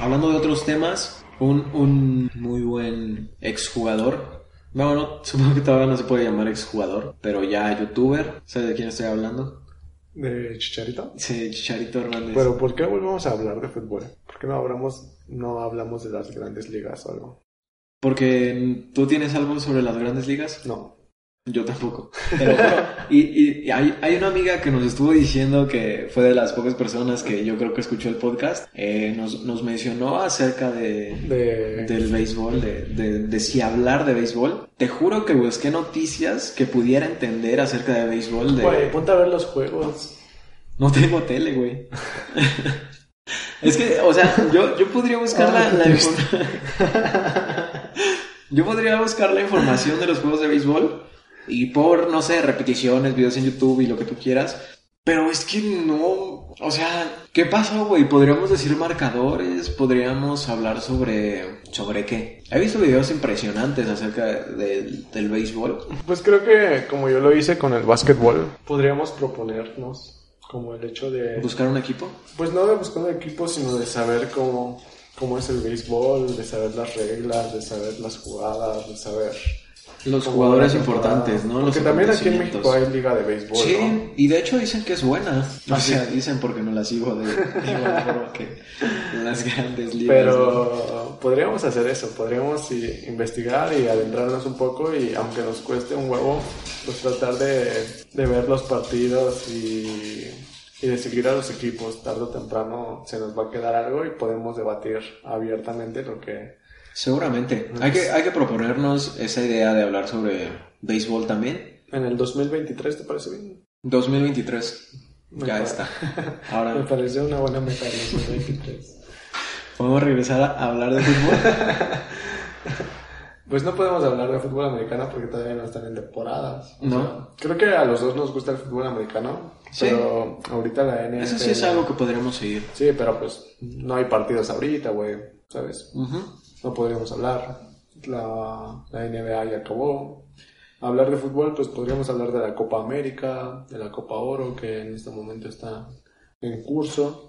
Hablando de otros temas, un, un muy buen exjugador. Bueno, no, <laughs> supongo que todavía no se puede llamar exjugador, pero ya youtuber. ¿Sabes de quién estoy hablando? ¿De Chicharito? Sí, Chicharito Hernández. Pero ¿por qué volvemos a hablar de fútbol? ¿Por qué no hablamos, no hablamos de las grandes ligas o algo? Porque tú tienes algo sobre las grandes ligas. No. Yo <laughs> tampoco. Pero bueno, y, y- y hay, hay una amiga que nos estuvo diciendo que fue de las pocas personas que yo creo que escuchó el podcast. eh, nos, nos mencionó acerca de, De... del béisbol, de, de- de si hablar de béisbol. Te juro que busqué noticias que pudiera entender acerca de béisbol. De... Güey, ponte a ver los juegos. No tengo tele, <laughs> güey. es que, o sea, yo, yo podría buscar la, Ah, qué la triste. inform- <laughs> yo podría buscar la información de los juegos de béisbol y por, no sé, repeticiones, videos en YouTube y lo que tú quieras. Pero es que no, o sea, ¿qué pasó, güey? Podríamos decir marcadores, podríamos hablar sobre... ¿Sobre qué? He visto videos impresionantes acerca del- del béisbol. Pues creo que como yo lo hice con el básquetbol, podríamos proponernos como el hecho de... Buscar un equipo. Pues no de buscar un equipo, sino de saber cómo, cómo es el béisbol, de saber las reglas, de saber las jugadas, de saber... Los cómo jugadores va la temporada. importantes, ¿no? Los Porque también aquí en acontecimientos. México hay liga de béisbol, Sí, ¿no? y de hecho dicen que es buena. O Ah, sí. sea, dicen porque no la sigo de, de <laughs> igual forma que las grandes ligas. ¿no? Pero podríamos hacer eso, podríamos i- investigar y adentrarnos un poco y aunque nos cueste un huevo, pues tratar de, de ver los partidos y, y de seguir a los equipos. Tarde o temprano se nos va a quedar algo y podemos debatir abiertamente lo que... Seguramente. Hay que, hay que proponernos esa idea de hablar sobre béisbol también. En el 2023, ¿te parece bien? 2023. Me Ya pare- <laughs> está. Me Ahora, pareció una buena meta el 2023. ¿podemos regresar a hablar de <laughs> fútbol? Pues no podemos hablar de fútbol americano porque todavía no están en temporadas. O No. sea, creo que a los dos nos gusta el fútbol americano, Sí. pero ahorita la NFL... Eso sí es algo que podremos seguir. Sí, pero pues no hay partidos ahorita, güey, ¿sabes? Ujú. No podríamos hablar. La, la NBA ya acabó. Hablar de fútbol, pues podríamos hablar de la Copa América, de la Copa Oro, que en este momento está en curso.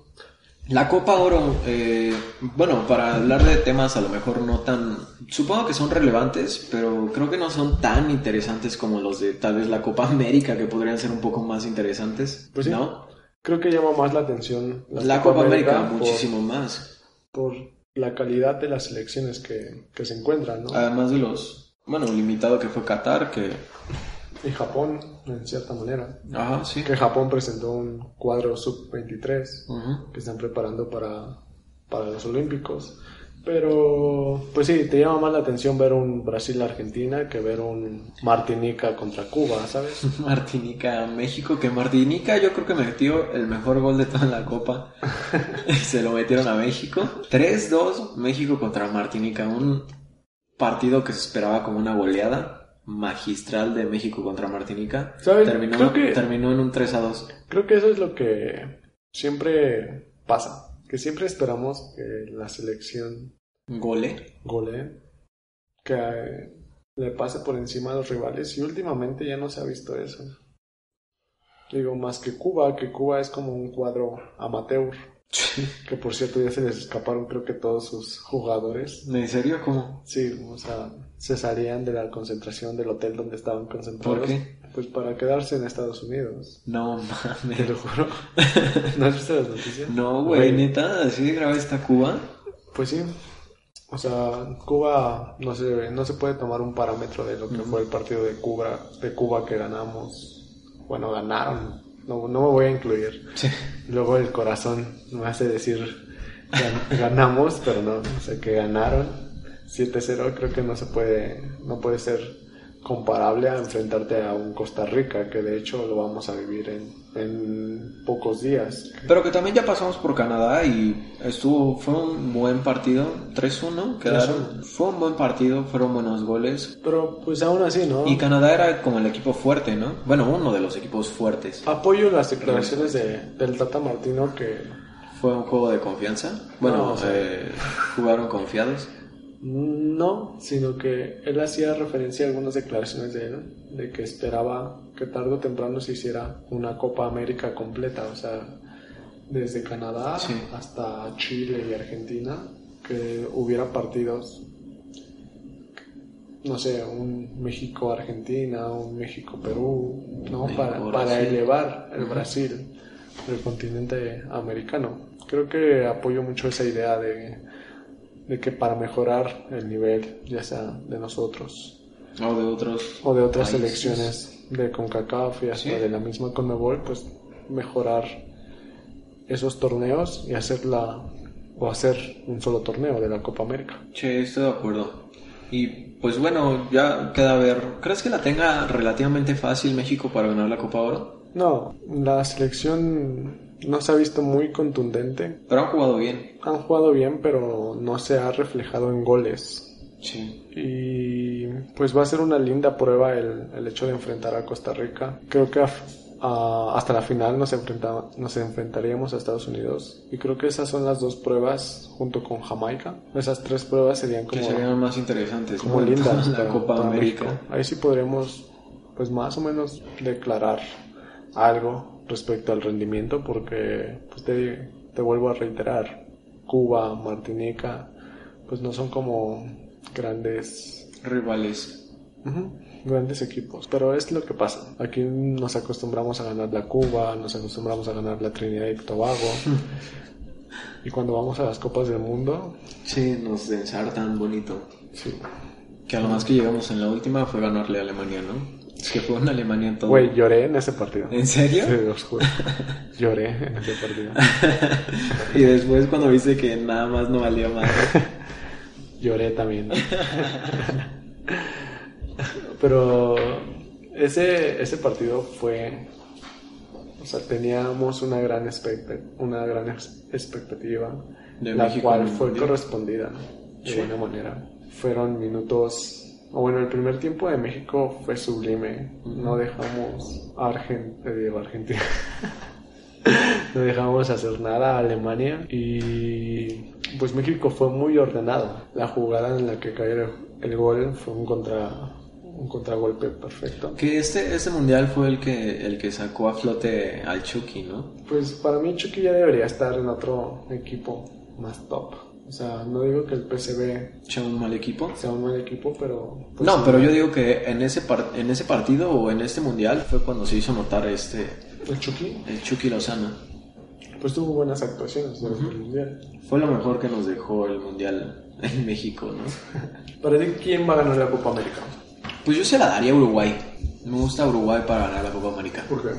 La Copa Oro, eh, bueno, para hablar de temas a lo mejor no tan, supongo que son relevantes, pero creo que no son tan interesantes como los de tal vez la Copa América, que podrían ser un poco más interesantes, Pues sí. ¿no? Creo que llama más la atención La Copa América, por- muchísimo más, Por, la calidad de las selecciones que, que se encuentran, ¿no? además de los, bueno, limitado que fue Qatar, que, Y Japón, en cierta manera. ajá, sí. Que Japón presentó un cuadro sub-23. Ujú. que están preparando para, para los Olímpicos. Pero, pues sí, te llama más la atención ver un Brasil-Argentina que ver un Martinica contra Cuba, ¿sabes? <laughs> Martinica, México, que Martinica yo creo que metió el mejor gol de toda la <laughs> Copa. Se lo metieron a México. 3-2 México contra Martinica, un partido que se esperaba como una goleada magistral de México contra Martinica. ¿Sabes? Terminó, Creo que- terminó en un 3-2. Creo que eso es lo que siempre pasa, que siempre esperamos que la selección Gole. golee, que eh, le pase por encima a los rivales y últimamente ya no se ha visto eso. Digo, más que Cuba, que Cuba es como un cuadro amateur. Que por cierto ya se les escaparon creo que todos sus jugadores. ¿En serio? ¿Cómo? Sí, o sea, se salían de la concentración del hotel donde estaban concentrados. ¿Por qué? Pues para quedarse en Estados Unidos. No Te <laughs> lo mames. juro. ¿No has visto las noticias? No, güey, neta, así de grave está Cuba. Pues sí. O sea, Cuba no se, no se puede tomar un parámetro de lo que fue el partido de Cuba, de Cuba que ganamos. bueno, ganaron. No, no me voy a incluir. Sí. Luego el corazón me hace decir gan- <laughs> ganamos, pero no, o sea que ganaron 7-0 creo que no se puede, no puede ser comparable a enfrentarte a un Costa Rica, que de hecho lo vamos a vivir en, en pocos días. Pero que también ya pasamos por Canadá y estuvo, fue un buen partido. 3-1 quedaron. 3-1. Fue un buen partido, fueron buenos goles. Pero pues aún así, ¿no? Y Canadá era como el equipo fuerte, ¿no? Bueno, uno de los equipos fuertes. Apoyo las declaraciones de, del Tata Martino que Fue un juego de confianza. Bueno, No, sí. eh, jugaron confiados. no, sino que él hacía referencia a algunas declaraciones de él, de que esperaba que tarde o temprano se hiciera una Copa América completa, o sea, desde Canadá Sí. hasta Chile y Argentina, que hubiera partidos, no sé, un México-Argentina, un México-Perú, ¿no? Para, para México-Brasil. elevar el Ujú. Brasil, el continente americano. Creo que apoyo mucho esa idea de, de que para mejorar el nivel, ya sea de nosotros O de otros. o de otras países. selecciones de CONCACAF y hasta Sí. de la misma CONMEBOL, pues mejorar esos torneos y hacerla o hacer un solo torneo de la Copa América. Che, estoy de acuerdo. Y pues bueno, ya queda ver. ¿Crees que la tenga relativamente fácil México para ganar la Copa Oro? No, la selección no se ha visto muy contundente. Pero han jugado bien. Han jugado bien, pero no se ha reflejado en goles. Sí. Y pues va a ser una linda prueba el, el hecho de enfrentar a Costa Rica. Creo que af- a- hasta la final nos, enfrenta- nos enfrentaríamos a Estados Unidos. Y creo que esas son las dos pruebas junto con Jamaica. Esas tres pruebas serían Que como, serían más interesantes. como ¿no? En toda lindas La para- Copa para América. México. Ahí sí podremos pues más o menos declarar algo respecto al rendimiento porque pues te, te vuelvo a reiterar, Cuba, Martinica, pues no son como grandes Rivales. Ujú, Grandes equipos, pero es lo que pasa. Aquí nos acostumbramos a ganar la Cuba, nos acostumbramos a ganar la Trinidad y Tobago. <laughs> y cuando vamos a las Copas del Mundo, Sí, nos ensartan bonito. sí. Que a lo más que llegamos en la última fue ganarle a Alemania, ¿no? Es que fue una Alemania en todo. Güey, lloré en ese partido. ¿En serio? Sí, <laughs> os juro. Lloré en ese partido. y después cuando viste que nada más no valía <laughs> más. <laughs> Lloré también. Pero ese, ese partido fue. O sea, teníamos una gran, expecta- una gran ex- expectativa, De la México en cual el fue Mundial. correspondida de Sí. buena manera. Fueron minutos. O bueno, el primer tiempo de México fue sublime. No dejamos a Argen- eh, digo, Argentina. No dejamos hacer nada a Alemania y pues México fue muy ordenado. La jugada en la que cayó el, el gol fue un contra un contragolpe perfecto. que este, este mundial fue el que, el que sacó a flote al Chucky, ¿no? Pues para mí Chucky ya debería estar en otro equipo más top. O sea, no digo que el PCB Echa un mal equipo. sea un mal equipo, pero pues, no, pero yo digo que en ese, par- en ese partido o en este mundial fue cuando se hizo notar este, el Chucky el Chucky Lozano. pues tuvo buenas actuaciones durante el mundial. Fue lo mejor que nos dejó el mundial en México, ¿no? Para ti quién va a ganar la Copa América? Pues yo se la daría a Uruguay. Me gusta Uruguay para ganar la Copa América. ¿Por qué?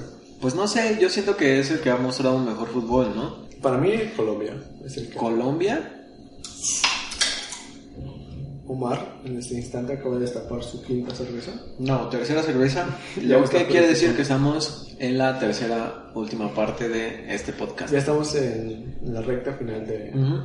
Pues no sé, yo siento que es el que ha mostrado un mejor fútbol, ¿no? Para mí Colombia es el que Colombia, Omar en este instante acaba de destapar su quinta cerveza. no, tercera <laughs> cerveza. Ya Lo está, que quiere pero- decir que estamos en la tercera última parte de este podcast. Ya estamos en la recta final de, Ujú.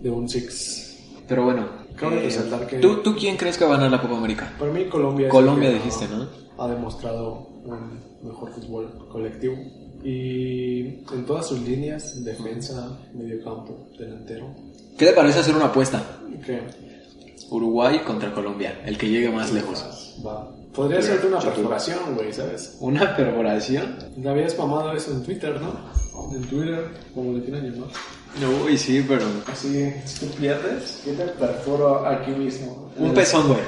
de un Six. Pero bueno, eh, Cabe resaltar que- ¿tú, ¿tú quién crees que va a ganar la Copa América? Para mí Colombia... es Colombia el que dijiste, ¿no? Ha demostrado un mejor fútbol colectivo. Y en todas sus líneas, defensa, medio campo, delantero. ¿Qué te parece hacer una apuesta? Que Uruguay contra Colombia, el que llegue más lejos. va. Podría Pero, ser una yo creo- perforación, güey, ¿sabes? ¿Una perforación? Le habías mamado eso en Twitter, ¿no? En Twitter, como le quieran llamar. No, uy, sí, pero... Así, si tú pierdes, yo te perforo aquí mismo. Un pezón, güey.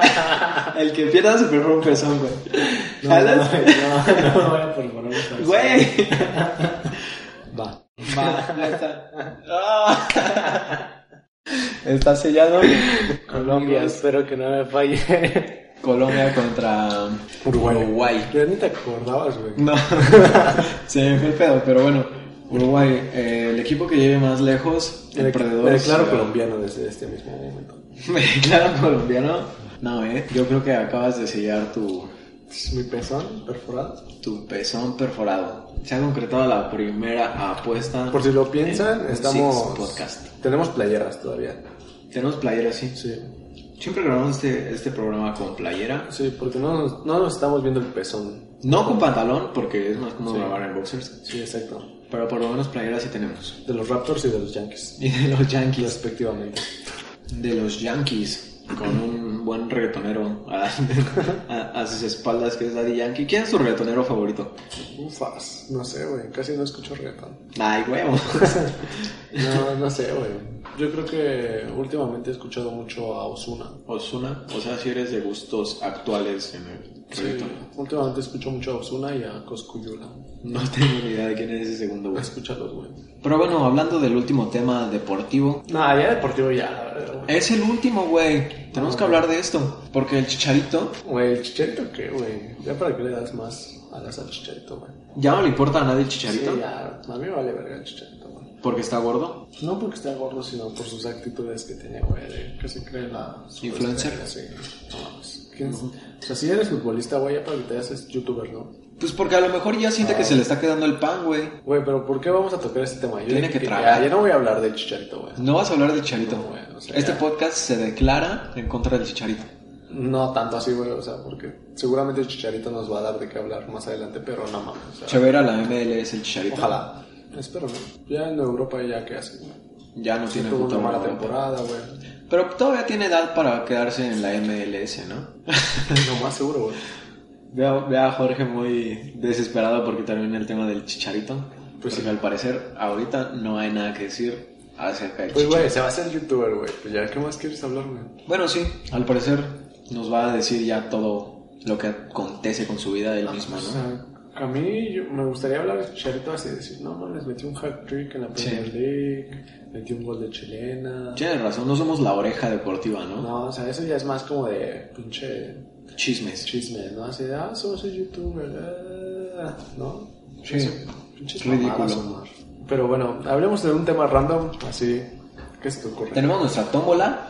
<laughs> El que pierda se perfora un pezón, güey. No, no, no, ¿Jalas? no, no voy a perforar un pezón. Güey. Va. Va, ya está. Ah. Está sellado. Colombia, Amigos. espero que no me falle. Colombia contra Uruguay. Uruguay. Yo ni te acordabas, güey. No, <laughs> se me fue el pedo, pero bueno, Uruguay, eh, el equipo que lleve más lejos, <laughs> el, Me perdedor. me declaro será- colombiano desde este mismo momento. Me declaro colombiano. No, eh, yo creo que acabas de sellar tu, Es Mi pezón perforado. tu pezón perforado. Se ha concretado la primera apuesta. Por si lo en piensan, un Six estamos. Podcast. Tenemos playeras todavía. Tenemos playera, sí. Sí. Siempre grabamos este, este programa con playera. Sí, porque no nos, no nos estamos viendo el pezón. No con pantalón, porque es más cómodo Sí. grabar en boxers. Sí, exacto. Pero por lo menos playera sí tenemos. <laughs> De los Raptors y de los Yankees. Y de los Yankees. Respectivamente. De los Yankees. Con un buen reggaetonero <laughs> a, a- a sus espaldas que es Daddy Yankee. ¿Quién es tu reggaetonero favorito? Ufas. No sé, güey. Casi no escucho reggaetón. Ay, <laughs> huevo. No, no sé, güey. Yo creo que últimamente he escuchado mucho a Osuna. Osuna. O sea, si eres de gustos actuales en el reggaetón. Últimamente escucho mucho a Osuna y a Coscuyula. No tengo ni idea de quién es ese segundo <laughs> güey. Escúchalos, güey. Pero bueno, hablando del último tema deportivo. No, ya deportivo ya, la verdad, güey. Es el último, güey. Tenemos que hablar de esto. Porque el chicharito Güey, ¿el chicharito qué, güey? Ya para qué le das más a las al chicharito, güey. ya no le importa a nadie el Sí, chicharito. ya, a mí me vale verga el chicharito, güey. Porque está gordo. No porque esté gordo, sino por sus actitudes que tiene, güey, de que se cree la... Influencer. superestrella, Sí, no mames. ¿Quién es? O sea, si eres futbolista, güey, ya para que te haces youtuber, ¿no? Pues porque a lo mejor ya siente que se le está quedando el pan, güey. Güey, pero ¿por qué vamos a tocar este tema? Yo Tiene dije que ya, tragar. ya no voy a hablar del chicharito, güey. No vas a hablar del chicharito. No, güey, o sea, este ya. podcast se declara en contra del chicharito. No tanto así, güey, o sea, porque seguramente el chicharito nos va a dar de qué hablar más adelante, pero no mames, o sea, Chévere a la MLS el chicharito. ojalá. Espero, ¿no? Ya en Europa ya qué hace, güey. Ya no tiene Tuvo puta una mala madre. temporada, güey. <laughs> Pero todavía tiene edad para quedarse en la MLS, ¿no? Lo más seguro, güey. Veo, veo a Jorge muy desesperado porque termina el tema del chicharito. Pues Pues porque al parecer ahorita no hay nada que decir acerca del Pues, chicharito. güey, se va a hacer youtuber, güey. Pues ya, ¿qué más quieres hablar, güey? Bueno, sí, al parecer nos va a decir ya todo lo que acontece con su vida él mismo, O ¿no? sea, a mí yo- me gustaría hablar de Chicharito así, decir, no mames, metí un hat trick en la Premier Sí. League, metí un gol de chilena. Tienes razón, no somos la oreja deportiva, ¿no? No, o sea, eso ya es más como de pinche Chismes. chisme, ¿no? Así de, ah, solo soy youtuber, ah", ¿no? Sí. Eso, pinches Ridículo. mamadas, Omar. Pero bueno, hablemos de un tema random, así, ¿qué se te ocurre? Tenemos nuestra tómbola.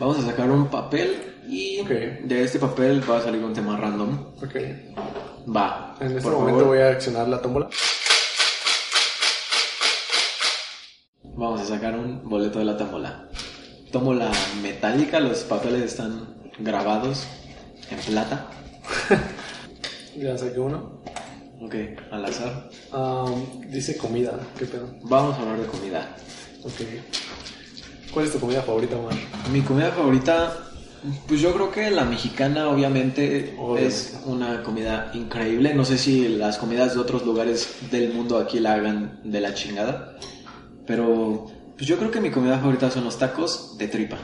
Vamos a sacar un papel y Ok. de este papel va a salir un tema random. Ok, en Va. este por momento favor, voy a accionar la tómbola. vamos a sacar un boleto de la tómbola. Tómbola metálica, los papeles están grabados en plata. Ya saqué uno. Ok, al azar. Ah, dice comida, qué pedo. Vamos a hablar de comida. Ok. ¿Cuál es tu comida favorita, Omar? <laughs> Mi comida favorita, pues yo creo que la mexicana obviamente Obviamente. es una comida increíble. No sé si las comidas de otros lugares del mundo aquí la hagan de la chingada. Pero pues yo creo que mi comida favorita son los tacos de tripa.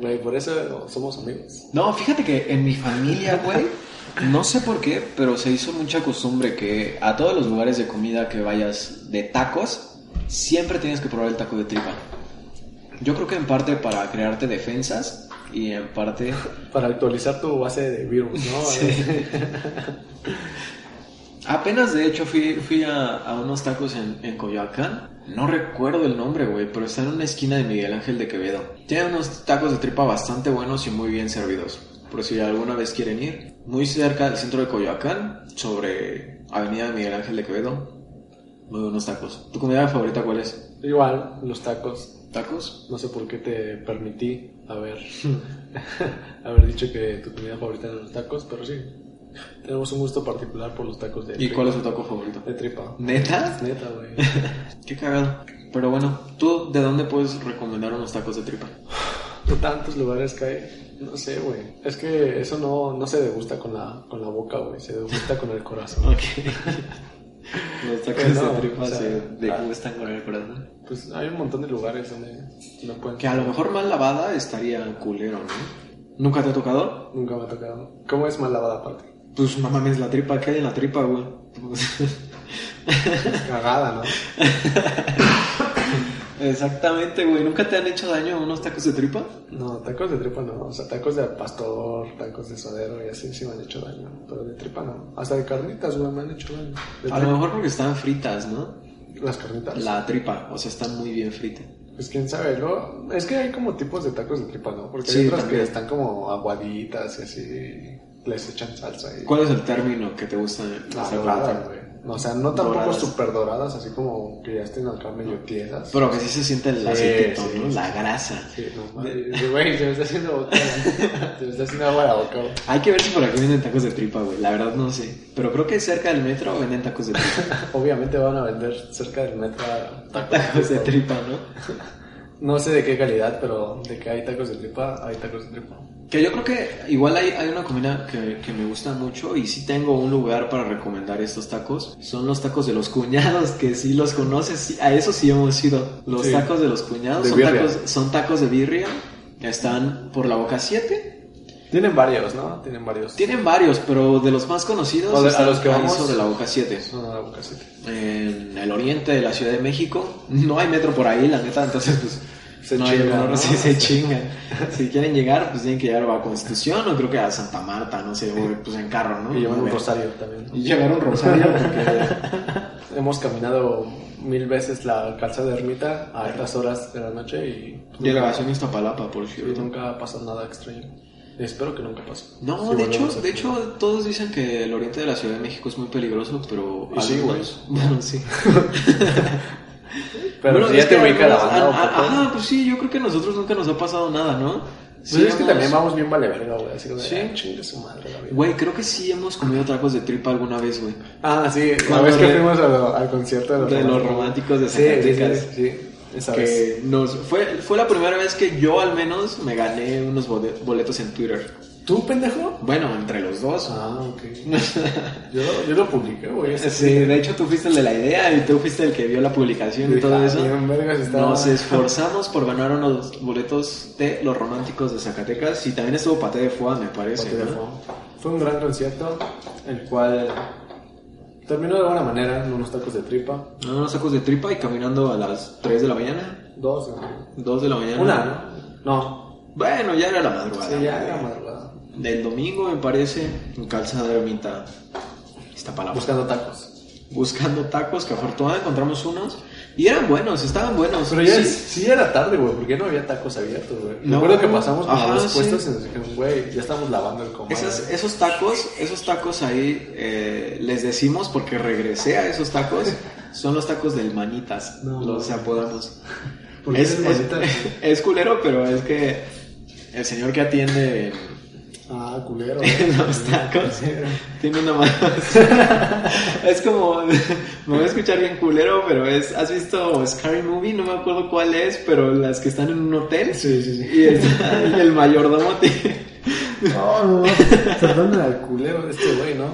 Güey, por eso somos amigos. No, fíjate que en mi familia, güey, no sé por qué, pero se hizo mucha costumbre que a todos los lugares de comida que vayas de tacos, siempre tienes que probar el taco de tripa. Yo creo que en parte para crearte defensas y en parte... Para actualizar tu base de virus, <laughs> ¿no? Apenas de hecho fui, fui a, a unos tacos en, en Coyoacán. No recuerdo el nombre, güey, pero está en una esquina de Miguel Ángel de Quevedo. Tiene unos tacos de tripa bastante buenos y muy bien servidos. Por si alguna vez quieren ir. Muy cerca del centro de Coyoacán, sobre Avenida de Miguel Ángel de Quevedo. Muy buenos tacos. ¿Tu comida favorita cuál es? Igual, los tacos. ¿Tacos? No sé por qué te permití haber, <laughs> haber dicho que tu comida favorita eran los tacos, pero sí. Tenemos un gusto particular por los tacos de ¿Y tripa. cuál es tu taco favorito? De tripa. <laughs> ¿Neta? Neta, güey. Qué cagado. Pero bueno, ¿tú de dónde puedes recomendar unos tacos de tripa? De tantos lugares que hay. No sé, güey. Es que eso no, no se degusta con la, con la boca, güey. Se degusta con el corazón. <laughs> Ok. Los tacos Pues no, de tripa o sea, se degustan con el corazón. Pues hay un montón de lugares donde no pueden. Que a lo mejor mal lavada estaría culero, ¿no? ¿Nunca te ha tocado? Nunca me ha tocado. ¿Cómo es mal lavada aparte? Pues no mames, la tripa, ¿qué hay en la tripa, güey? Pues- Cagada, ¿no? <laughs> Exactamente, güey. ¿Nunca te han hecho daño unos tacos de tripa? No, tacos de tripa no. O sea, tacos de pastor, tacos de sodero y así sí me han hecho daño. Pero de tripa no. Hasta de carnitas, güey, me han hecho daño. De A lo mejor porque estaban fritas, ¿no? tri- Las carnitas. Ah, La tripa, o sea, está muy bien frita. Pues quién sabe, luego- Es que hay como tipos de tacos de tripa, ¿no? Porque Sí, hay otras también. que están como aguaditas y así. Les echan salsa y. ¿Cuál es el término que te gusta Ah, hacer doradas, güey. O sea, no tampoco Doradas. súper doradas, así como que ya estén acá medio tiesas. Pero que sí se siente el Sí, aceitito, sí, ¿no? sí. La grasa. Sí, no mames. Güey, se me está haciendo boca. se me está haciendo agua la boca, güey. Hay que ver si por aquí venden tacos de tripa, güey. La verdad no sé. Pero creo que cerca del metro venden tacos de tripa. Obviamente van a vender cerca del metro tacos, <laughs> tacos de tripa. tripa, ¿no? No sé de qué calidad, pero de que hay tacos de tripa, hay tacos de tripa. Que yo creo que igual hay, hay una comida que, que me gusta mucho y sí tengo un lugar para recomendar estos tacos. Son los tacos de los cuñados, que sí los conoces. sí, a eso sí hemos ido. Los Sí. tacos de los cuñados De son, birria. tacos, son tacos de birria. Están por la boca 7. Tienen varios, ¿no? Tienen varios. Tienen varios, pero de los más conocidos O de- a están los que ahí vamos. sobre la boca 7. Son a la boca siete. en el oriente de la Ciudad de México. No hay metro por ahí, la neta, entonces pues... Se no chingan, no, no, ¿no? sí, se chingan. <laughs> Si quieren llegar, pues tienen que llegar a Constitución o creo que a Santa Marta, no sé, o, pues en carro, ¿no? Y llevan un Uber. rosario también. ¿no? Y llevar un <laughs> rosario porque... <laughs> Hemos caminado mil veces la calza de ermita a altas horas de la noche y Delegación Iztapalapa, por y cierto. nunca pasa nada extraño. Espero que nunca pase. No, Sí, de bueno, hecho, no sé. de hecho, todos dicen que el oriente de la Ciudad de México es muy peligroso, pero... Y sí, algunos- <laughs> Bueno, sí. Pero Bueno, si es ya te que ubica la algunos- banda un ah, ah, poco. Ajá, pues sí, yo creo que a nosotros nunca nos ha pasado nada, ¿no? Pues Sí, es que hemos- también vamos bien vale verga, güey. Así como de, Sí. "Ah, chingue su madre, la vida". Güey, creo que sí hemos comido tacos de tripa alguna vez, güey. Ah, sí, la Cuando vez que re- fuimos a lo- al concierto de los, De los románticos de Sí, sí, Zacatecas. sí, sí, esa vez. Que nos, fue, fue la primera vez que yo al menos me gané unos bode- boletos en Twitter. ¿Tú, pendejo? Bueno, entre los dos. Ah, ok. <laughs> yo, lo, yo lo publiqué, güey. ese Sí, de hecho tú fuiste el de la idea y tú fuiste el que vio la publicación y día. todo Ah, eso. bien, vergas, estaba- Nos esforzamos por ganar unos boletos de los románticos de Zacatecas y también estuvo Pate de Fuad, me parece. Porque ¿no? fue- Fue un gran concierto, el cual terminó de buena manera, en unos tacos de tripa, No, unos sacos de tripa y caminando a las 3 de la mañana, dos, ¿no? 2 de la mañana. una, ¿no? No, Bueno, ya era la madrugada. sí, ya era madrugada. Del domingo, me parece, en Calzada de Ermita. Iztapalapa. Buscando tacos. Buscando tacos, que afortunadamente encontramos unos. Y eran buenos, estaban buenos. Pero ya Sí. es- sí. era tarde, güey, porque no había tacos abiertos, güey. No. Recuerdo que pasamos por Ajá, los sí. puestos y nos dijeron, güey, ya estamos lavando el comal. Esas- esos tacos, esos tacos ahí, eh, les decimos porque regresé a esos tacos, son los tacos del Manitas, No. los apodamos. ¿Por qué Es, del es- Manitas? <laughs> es culero, pero es que el señor que atiende en- Ah, culero. en güey. los tacos. Tiene una <laughs> mano. así. es como. Me voy a escuchar bien culero, pero es. ¿Has visto Scary Movie? No me acuerdo cuál es, pero las que están en un hotel. Sí, sí, sí. Y está <laughs> el, el mayordomo. tiene- No, no, no. Perdón al culero de este güey, ¿no?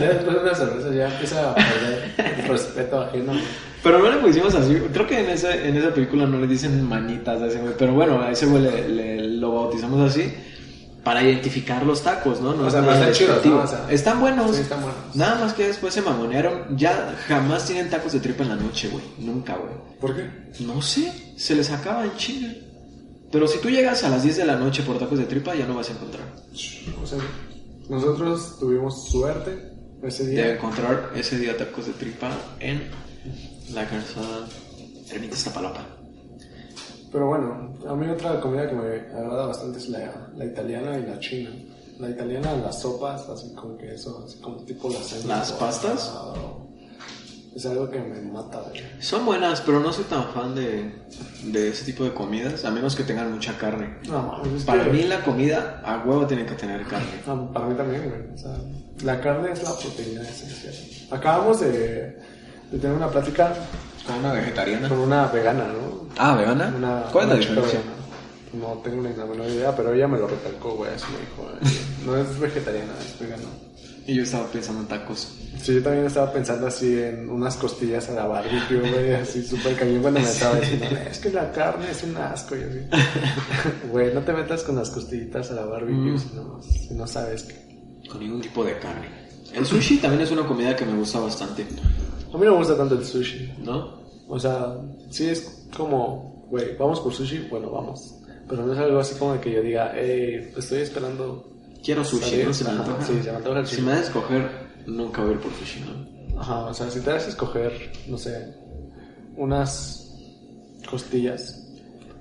Ya después de una cerveza ya empieza a perder el respeto ajeno. <laughs> Pero no le pusimos así. Creo que en, esa- en esa película no le dicen manitas a ese güey. Pero bueno, a ese güey le- le- lo bautizamos así. Para identificar los tacos, ¿no? No O es sea, nada pero están chidos, despectivo. ¿no? O sea, están buenos. Sí, están buenos. Nada más que después se mamonearon. Ya jamás tienen tacos de tripa en la noche, güey. Nunca, güey. ¿Por qué? No sé, se les acaba en chinga. Pero si tú llegas a las 10 de la noche por tacos de tripa, ya no vas a encontrar. O sea, nosotros tuvimos suerte ese De día. encontrar ese día tacos de tripa en la calzada Ermita Iztapalapa. Pero bueno, a mí otra comida que me agrada bastante es la, la italiana y la china. La italiana, las sopas, así con queso, así como tipo las ¿Las pastas? Es algo que me mata, güey. Son buenas, pero no soy tan fan de, de ese tipo de comidas, a menos que tengan mucha carne. No, es Para que- mí la comida a huevo tiene que tener carne. Ah, para mí también, güey. O sea, la carne es la proteína esencial. Acabamos de, de tener una plática ¿Con una vegetariana? con una vegana, ¿no? Ah, ¿vegana? Una, ¿Eh? ¿Cuál es la una chica diferencia? vegana. No tengo ni la menor idea, pero ella me lo recalcó, güey. Así me dijo, eh, no es vegetariana, es vegana. Y yo estaba pensando en tacos. Sí, yo también estaba pensando así en unas costillas a la barbecue, güey, así súper cañón cuando me estaba diciendo, es que la carne es un asco, y <laughs> así. Güey, no te metas con las costillitas a la barbecue Mm. si, no, si no sabes qué. Con ningún tipo de carne. El sushi también es una comida que me gusta bastante, A mí no me gusta tanto el sushi. ¿no? O sea, sí es como, güey, vamos por sushi, bueno, vamos. Pero no es algo así como que yo diga, hey, estoy esperando. Quiero sushi, salir". ¿no? Se me Ajá, antoja. Sí, se me antoja el Si sushi. me das a escoger, nunca voy a ir por sushi, ¿no? Ajá, o sea, si te das a escoger, no sé, unas costillas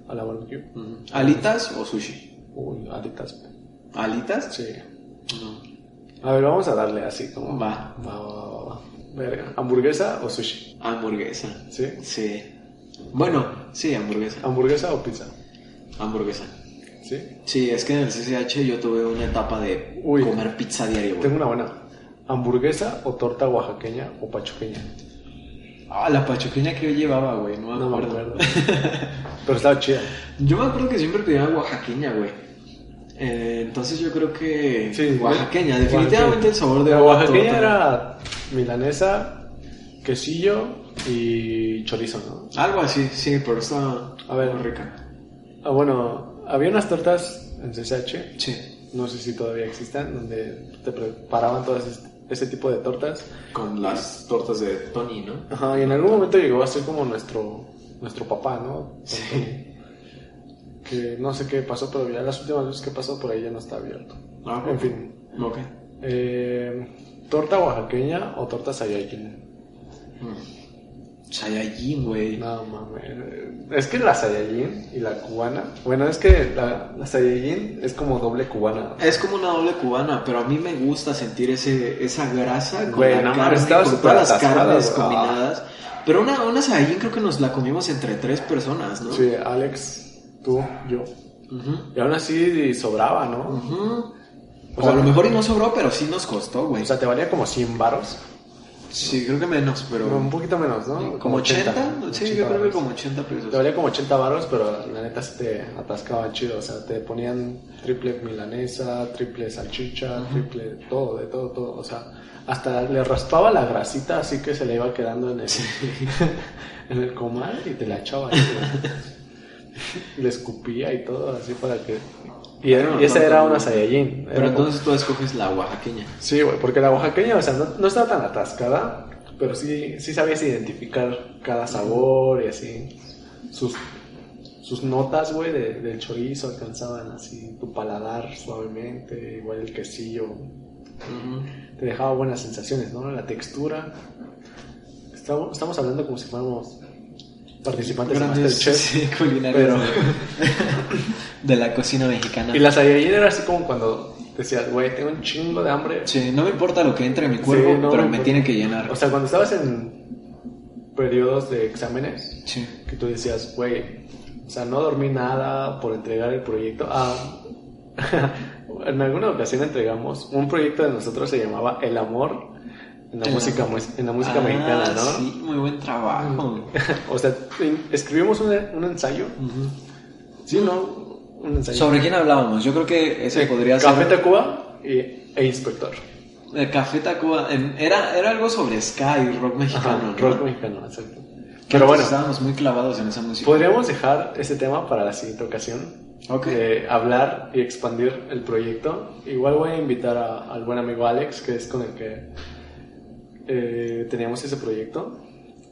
a la barbecue. Ujú. ¿Alitas o sushi? Uy, alitas. ¿Alitas? Sí. No. A ver, vamos a darle así como. Va. Va, va, va, va. Verga. ¿Hamburguesa o sushi? Hamburguesa. ¿Sí? Sí. Bueno, sí, hamburguesa. ¿Hamburguesa o pizza? Hamburguesa. ¿Sí? Sí, es que en el CCH yo tuve una etapa de Uy. comer pizza diario, güey. Tengo una buena. ¿Hamburguesa o torta oaxaqueña o pachuqueña? Ah, la pachuqueña que yo llevaba, güey, no me No me acuerdo. acuerdo. Pero estaba chida. Yo me acuerdo que siempre pedía oaxaqueña, güey. Eh, entonces yo creo que Sí, oaxaqueña, güey. definitivamente el sabor de La agua oaxaqueña torta. era milanesa, quesillo y chorizo, ¿no? algo así, sí, pero estaba A ver. muy rica. Ah, bueno, había unas tortas en CCH Sí, no sé si todavía existan, donde te preparaban todas es- ese tipo de tortas. con las tortas de Tony, ¿no? Ajá, y en algún momento llegó a ser como nuestro, nuestro papá, ¿no? Sí. Que no sé qué pasó, pero ya las últimas veces que pasó por ahí ya no está abierto. Ah, En fin, Ok. eh, ¿torta oaxaqueña o torta sayayin? Mm. Saiyajin, güey. No mames, es que la sayayin y la cubana, bueno, es que la, la sayayin es como doble cubana. Es como una doble cubana, pero a mí me gusta sentir ese, esa grasa con Güey, la no mames, carne, estaba con súper todas las atascada, carnes güey. combinadas. Pero una, una saiyajin creo que nos la comimos entre tres personas, ¿no? Sí, Alex, tú, yo. Ujú. Y aún así sobraba, ¿no? Ujú. O O, sea, a lo mejor y no sobró, pero sí nos costó, güey. O sea, te valía como 100 baros. sí, creo que menos, pero... un poquito menos, ¿no? ¿Como 80? Sí, yo creo que varos. como 80 pesos. Te valía como 80 baros, pero la neta se te atascaba chido. O sea, te ponían triple milanesa, triple salchicha, triple todo, de todo, todo. O sea, hasta le raspaba la grasita así que se le iba quedando en el, <laughs> en el comal y te la echaba. <laughs> ahí, güey. le escupía y todo así para que... Y, Ah, no, y esa no, era no. una Saiyajin. Pero Era como- entonces tú escoges la oaxaqueña. Sí, güey, porque la oaxaqueña, o sea, no, no estaba tan atascada, pero sí, sí sabías identificar cada sabor y así. Sus, sus notas, güey, de- del chorizo alcanzaban así tu paladar suavemente, igual el quesillo. Te dejaba buenas sensaciones, ¿no? La textura. Estamos, estamos hablando como si fuéramos participantes de Grandes Masterchef. sí, <laughs> culinarias pero- de- <laughs> de la cocina mexicana. Y la Saiyajin era así como cuando decías, güey, tengo un chingo de hambre, Sí, no me importa lo que entre en mi cuerpo, Sí, no, pero me porque- tiene que llenar. O sea, cuando estabas en periodos de exámenes, sí. que tú decías, güey, o sea, no dormí nada por entregar el proyecto. Ah, <laughs> en alguna ocasión entregamos un proyecto de nosotros se llamaba El amor en la El música Amor. mu- en la música Ah, mexicana, ¿no? Sí, muy buen trabajo. <laughs> o sea, en- escribimos un, un ensayo, Ujú. sí, no, un ensayo. ¿Sobre quién hablábamos? Yo creo que ese podría Café ser. Tacuba y- e Inspector. eh, Café Tacuba. en- Era, era algo sobre Sky, rock Ajá, mexicano. ¿no? rock mexicano, exacto. Que Pero antes bueno, Pues, Estábamos muy clavados en esa música. Podríamos dejar ese tema para la siguiente ocasión. Ok. De hablar y expandir el proyecto. Igual voy a invitar a- al buen amigo Alex, que es con el que eh, teníamos ese proyecto.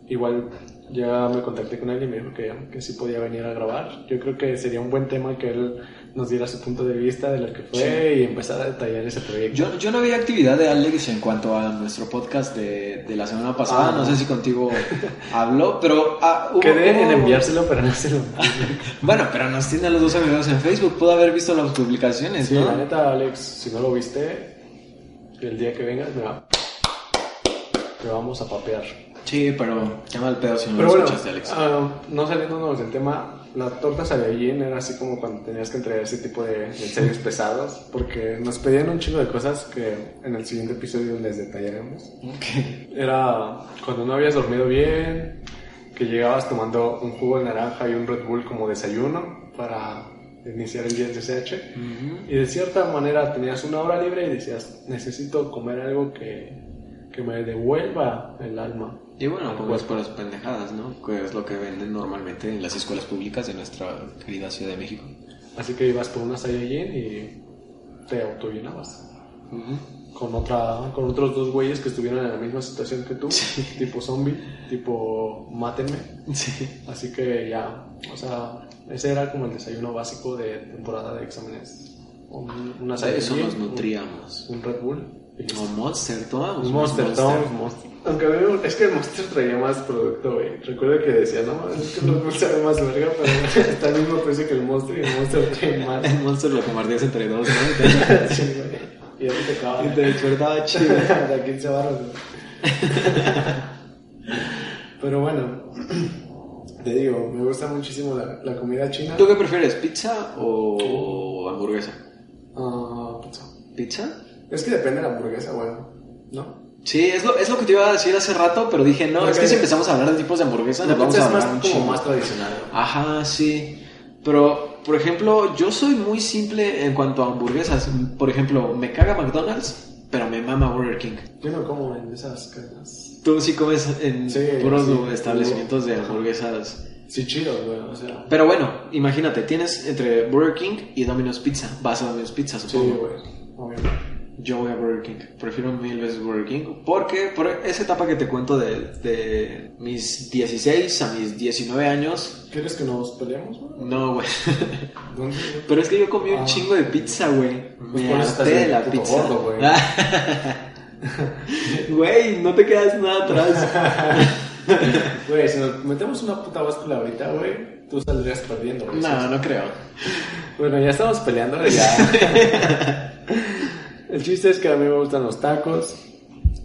Igual ya me contacté con él y me dijo que, que sí podía venir a grabar. Yo creo que sería un buen tema que él nos diera su punto de vista de lo que fue y empezar a detallar ese proyecto. Yo, yo no vi actividad de Alex en cuanto a nuestro podcast de, de la semana pasada. Ah, no no. sé si <laughs> contigo habló, pero. ah, hubo- Quedé en hubo- enviárselo, pero no se lo envié. Bueno, pero nos tiene a los dos amigos en Facebook. Pudo haber visto las publicaciones, Sí, ¿no? la neta, Alex, si no lo viste, el día que vengas, mira, te vamos a papear. Sí, pero qué mal pedo si no Pero lo bueno, escuchaste, Alex. ah, no saliéndonos del tema, la torta Saiyajin era así como cuando tenías que entregar ese tipo de ensayos pesados, porque nos pedían un chingo de cosas que en el siguiente episodio les detallaremos. Ok. Era cuando no habías dormido bien, que llegabas tomando un jugo de naranja y un Red Bull como desayuno para iniciar el día en CCH. Ujú. Y de cierta manera tenías una hora libre y decías, necesito comer algo que, que me devuelva el alma. Y bueno, pues por las pendejadas, ¿no? Que es lo que venden normalmente en las escuelas públicas de nuestra querida Ciudad de México. Así que ibas por una Saiyajin y te autollenabas. Ujú. con, otra, con otros dos güeyes que estuvieron en la misma situación que tú, tipo zombie, tipo mátenme. Así que ya, o sea, ese era como el desayuno básico de temporada de exámenes. Un, una O sea, eso sandía, nos un- nutríamos. Un, Red Bull. y listo. O Monster Town. Un Monster Town. Monster. Aunque a mí me- es que el Monster traía más producto, güey. Recuerdo que decía, no, es que el Red Bull sabe más verga, pero está al mismo precio que el Monster y el Monster trae más. <laughs> <laughs> El Monster lo compartías entre dos, ¿no? Sí, güey. y a mí te acababa <laughs> Y te despertaba chido. de 15 barras. güey. Pero bueno, <clears throat> te digo, me gusta muchísimo la, la comida china. ¿Tú qué prefieres, pizza o hamburguesa? Ah, pizza. ¿Pizza? es que depende de la hamburguesa, bueno, ¿no? Sí, es lo, es lo que te iba a decir hace rato, pero dije, no, es Porque- que si empezamos a hablar de tipos de hamburguesas, nos vamos a pizza este hablar es más, un como chingo. más tradicional. Ajá, sí. Pero, por ejemplo, yo soy muy simple en cuanto a hamburguesas. Por ejemplo, me caga McDonald's, pero me mama Burger King. Yo no como en esas cadenas. Tú sí comes en Sí, puros sí, establecimientos de ajá. hamburguesas. Sí, chido, güey, o sea. Pero bueno, imagínate, tienes entre Burger King y Domino's Pizza. Vas a Domino's Pizza, Sí, supongo. güey, obviamente. Yo voy a Burger King. Prefiero mil veces Burger King. Porque por esa etapa que te cuento de, de mis 16 a mis 19 años. ¿Quieres que nos peleemos, güey? No, güey. <laughs> ¿Dónde? Pero es que yo comí un Ah. chingo de pizza, güey. Pues Me por eso estás harté de bien la puto pizza. gordo, güey. <laughs> Güey, no te quedas nada atrás. <laughs> Güey, si nos metemos una puta báscula ahorita, güey, tú saldrías perdiendo, güey. no, no creo. Bueno, ya estamos peleando. Ya. <laughs> El chiste es que a mí me gustan los tacos,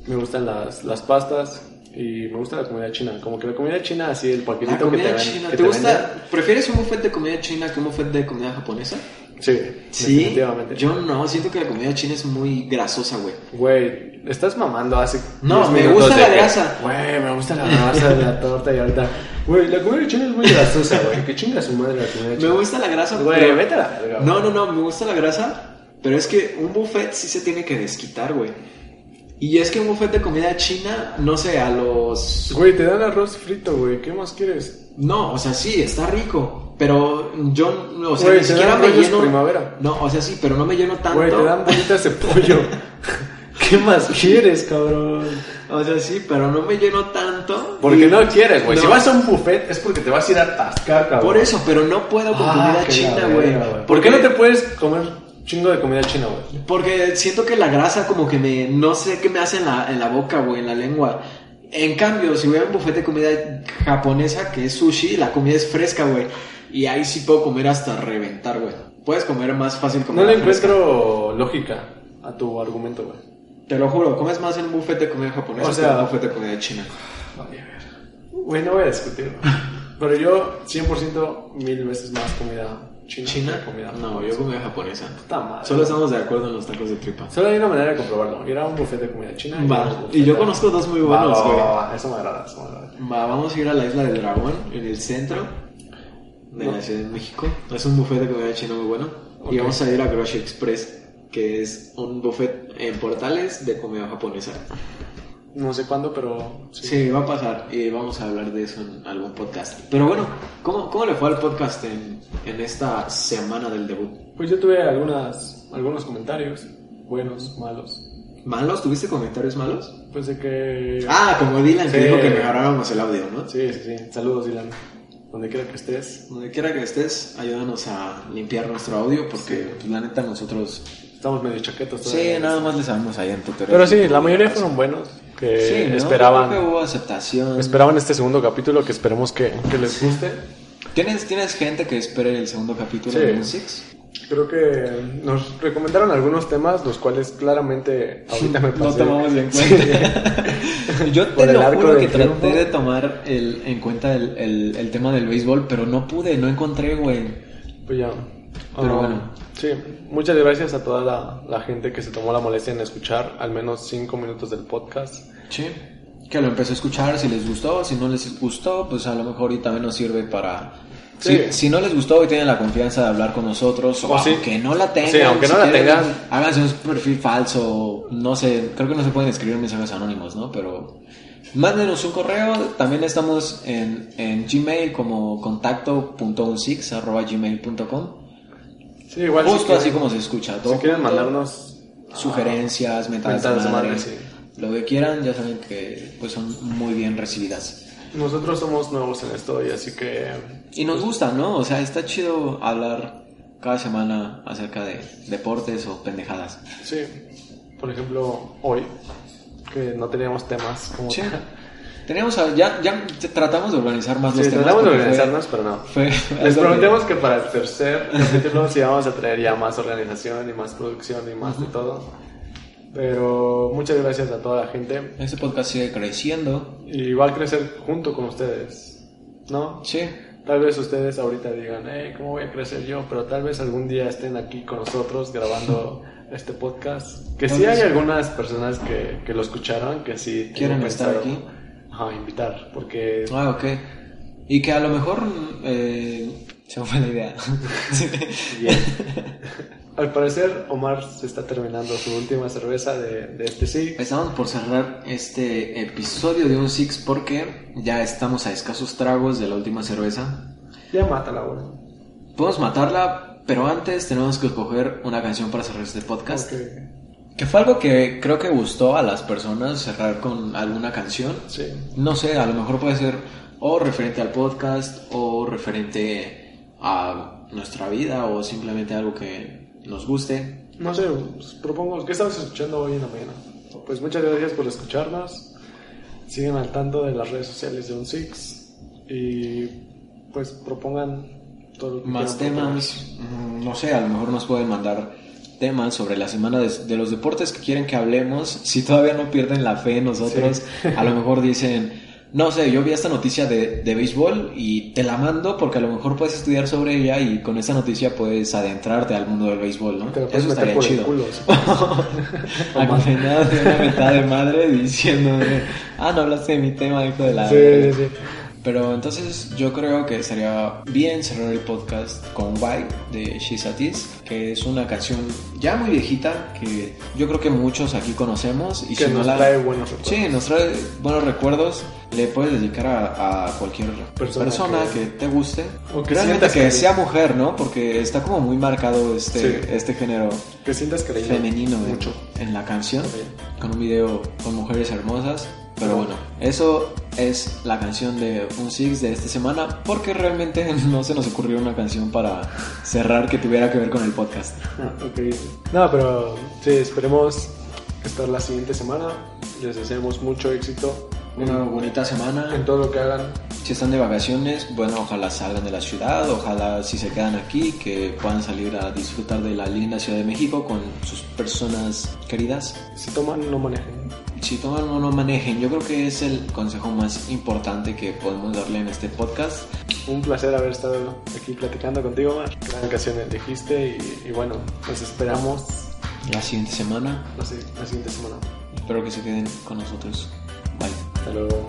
me gustan las, las pastas y me gusta la comida china. Como que la comida china, así el paquetito La que te comida ven- china. que ¿Te, te gusta? ¿Prefieres un buffet de comida china que un buffet de comida japonesa? venden. Sí, definitivamente. Yo no, siento que la comida china es muy grasosa, güey. Güey, estás mamando hace. No, 10 me minutos gusta de la que, grasa. Güey, me gusta la grasa de la torta y ahorita. Güey, la comida china es muy grasosa, güey. Que chinga su madre la comida Me china. gusta la grasa, Güey, pero- vete a la verga, güey. No, no, no, me gusta la grasa, pero es que un buffet sí se tiene que desquitar, güey. Y es que un buffet de comida china, no sé, a los... Güey, te dan arroz frito, güey. ¿Qué más quieres? No, o sea, sí, está rico, pero yo, o sea, Güey, ni te siquiera dan me rollos lleno... primavera. No, o sea, sí, pero no me lleno tanto. Güey, te dan bolitas <laughs> de pollo. ¿Qué más quieres, cabrón? O sea, sí, pero no me lleno tanto. Porque no quieres, güey. Si No. vas a un buffet es porque te vas a ir a atascar, cabrón. Por eso, pero no puedo con Ah, comida qué china, la güey. verga, ¿Por qué no te puedes comer chingo de comida china, güey? Porque siento que la grasa como que me... No sé qué me hace en la, en la boca, güey, en la lengua. En cambio, si voy a un buffet de comida japonesa, que es sushi, la comida es fresca, güey. Y ahí sí puedo comer hasta reventar, güey. Puedes comer más fácil No comida le fresca. encuentro lógica a tu argumento, güey. Te lo juro, comes más en un buffet de comida japonesa O que sea- en un buffet de comida china. Güey, no voy a discutir. güey. Pero yo 100% mil veces más comida china. ¿China? que comida No, yo japonesa. comida japonesa. Puta madre. Solo estamos de acuerdo en los tacos de tripa. Solo hay una manera de comprobarlo. Ir a un buffet de comida china. ir a un Va, buffet y yo de- conozco dos muy Va, buenos, va, güey. va, va, Eso me agrada, eso me agrada. Va, vamos a ir a la isla del dragón, en el centro de No. la Ciudad de México. Es un buffet de comida china muy bueno. Y Ok. vamos a ir a Grocery Express, que es un buffet en portales de comida japonesa. No sé cuándo, pero sí. Sí, va a pasar y vamos a hablar de eso en algún podcast. Pero bueno, ¿cómo, cómo le fue al podcast en, en esta semana del debut? Pues yo tuve algunas, algunos comentarios, buenos, malos. ¿Malos? ¿Tuviste comentarios malos? Pues de que... Ah, como Dylan que Sí. dijo que mejoráramos el audio, ¿no? Sí, sí, sí. Saludos, Dylan. Donde quiera que estés. Donde quiera que estés, ayúdanos a limpiar nuestro audio porque pues, la neta nosotros Estamos medio chaquetos Sí, todavía. nada más le sabemos ahí en tutorial. Pero sí, la mayoría fueron buenos. Sí, Que ¿no? Creo que esperaban... Hubo aceptación. Esperaban este segundo capítulo que esperemos que, que les guste. ¿Tienes, ¿Tienes gente que espere el segundo capítulo Sí. de Moon Six? <laughs> Creo que nos recomendaron algunos temas, los cuales claramente ahorita me <laughs> pasé. No tomamos en cuenta. Yo Por te el lo arco juro del que triunfo. traté de tomar el- en cuenta el, el- el tema del béisbol, pero no pude, no encontré, güey. <laughs> Pues ya. Pero Ah, bueno. Sí, muchas gracias a toda la, la gente que se tomó la molestia en escuchar al menos 5 minutos del podcast. Sí. Que lo empecé a escuchar, si les gustó, si no les gustó, pues a lo mejor y también nos sirve para... Sí. Si, si no les gustó y tienen la confianza de hablar con nosotros, o, O sí. aunque no la tengan, Sí, aunque si no la quieren, tengan. háganse un perfil falso, no sé, creo que no se pueden escribir mensajes anónimos, ¿no? Pero mándenos un correo, también estamos en, en Gmail como contacto.16.gmail.com, Sí, igual. si justo así quieren- como se escucha. Si todo quieren junto. mandarnos ah, sugerencias, mentadas, Mentadas de de madre, madre, sí. lo que quieran, ya saben que pues son muy bien recibidas. Nosotros somos nuevos en esto y así que Y nos gusta, ¿no? O sea, está chido hablar cada semana acerca de deportes o pendejadas. sí, por ejemplo, hoy que no teníamos temas como Sí. tal. Tenemos a- ya, ya tratamos de organizar más los Sí, temas. tratamos de porque fue- organizarnos, pero no. fue Les algo que- prometemos que para el tercer capítulo sí vamos a tener ya más organización y más producción y más de todo. Pero muchas gracias a toda la gente. Este podcast sigue creciendo. Y va a crecer junto con ustedes, ¿no? Sí. Tal vez ustedes ahorita digan, "Eh, ¿cómo voy a crecer yo? Pero tal vez algún día estén aquí con <laughs> nosotros grabando este podcast. Que sí hay algunas personas que, que lo escucharon, que sí... ¿Quieren tienen estar pensado- aquí? Ajá, invitar, porque... Ah, ok. Y que a lo mejor eh, se me fue la idea. <laughs> <laughs> Bien. Al parecer, Omar se está terminando su última cerveza de, de este sí. Estamos por cerrar este episodio de un Six porque ya estamos a escasos tragos de la última cerveza. Ya mátala, güey. Podemos matarla, pero antes tenemos que escoger una canción para cerrar este podcast. Ok, Que fue algo que creo que gustó a las personas cerrar con alguna canción. Sí. No sé, a lo mejor puede ser o referente al podcast o referente a nuestra vida o simplemente algo que nos guste. No sé, os propongo, ¿qué estamos escuchando hoy en la mañana? Pues muchas gracias por escucharnos. Sigan al tanto de las redes sociales de un Six y pues propongan todo lo que Más quieran proponer. temas, mm, no sé, a lo mejor nos pueden mandar temas sobre la semana de, de los deportes que quieren que hablemos. <laughs> Si todavía no pierden la fe en nosotros, <laughs> a lo mejor dicen, no sé, yo vi esta noticia de, de béisbol y te la mando porque a lo mejor puedes estudiar sobre ella y con esa noticia puedes adentrarte al mundo del béisbol, ¿no? Te lo puedes Eso meter estaría por chido. el culo. sí. acompañado de una <laughs> mitad de madre diciéndome, ah, no hablaste de mi tema, hijo de <laughs> la... Sí, sí, sí. Pero entonces yo creo que estaría bien cerrar el podcast con Why de She's a Tease, que es una canción ya muy viejita que yo creo que muchos aquí conocemos y Que si no nos la... trae buenos recuerdos. Sí, nos trae buenos recuerdos. Le puedes dedicar a, a cualquier persona, Persona que... que- te guste. O que Realmente sientas que que- sea mujer, ¿no? Porque está como muy marcado este, Sí. este género Que sientas que femenino en- mucho. En, la canción, Sí. con un video con mujeres hermosas. Pero bueno, eso es la canción de Un Six de esta semana, porque realmente <laughs> no se nos ocurrió una canción para cerrar que tuviera que ver con el podcast. Ah, ok. No, pero sí, esperemos estar la siguiente semana. Les deseamos mucho éxito Una en- bonita en semana. todo lo que hagan. Si están de vacaciones, bueno, ojalá salgan de la ciudad, ojalá si se quedan aquí, que puedan salir a disfrutar de la linda Ciudad de México con sus personas queridas. Si toman, no manejen. Si toman o no manejen, yo creo que es el consejo más importante que podemos darle en este podcast. Un placer haber estado aquí platicando contigo, Mar. Gran ocasión elegiste y, y bueno, nos esperamos la siguiente semana. la si- la siguiente semana. Espero que se queden con nosotros. Bye. Hasta luego.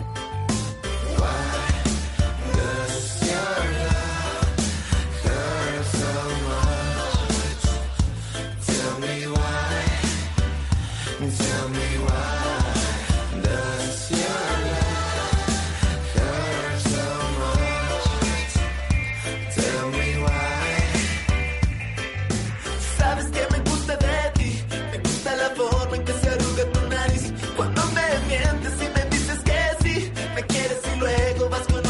Sabes que me gusta de ti, me gusta la forma en que se arruga tu nariz. Cuando me mientes y me dices que sí, me quieres y luego vas con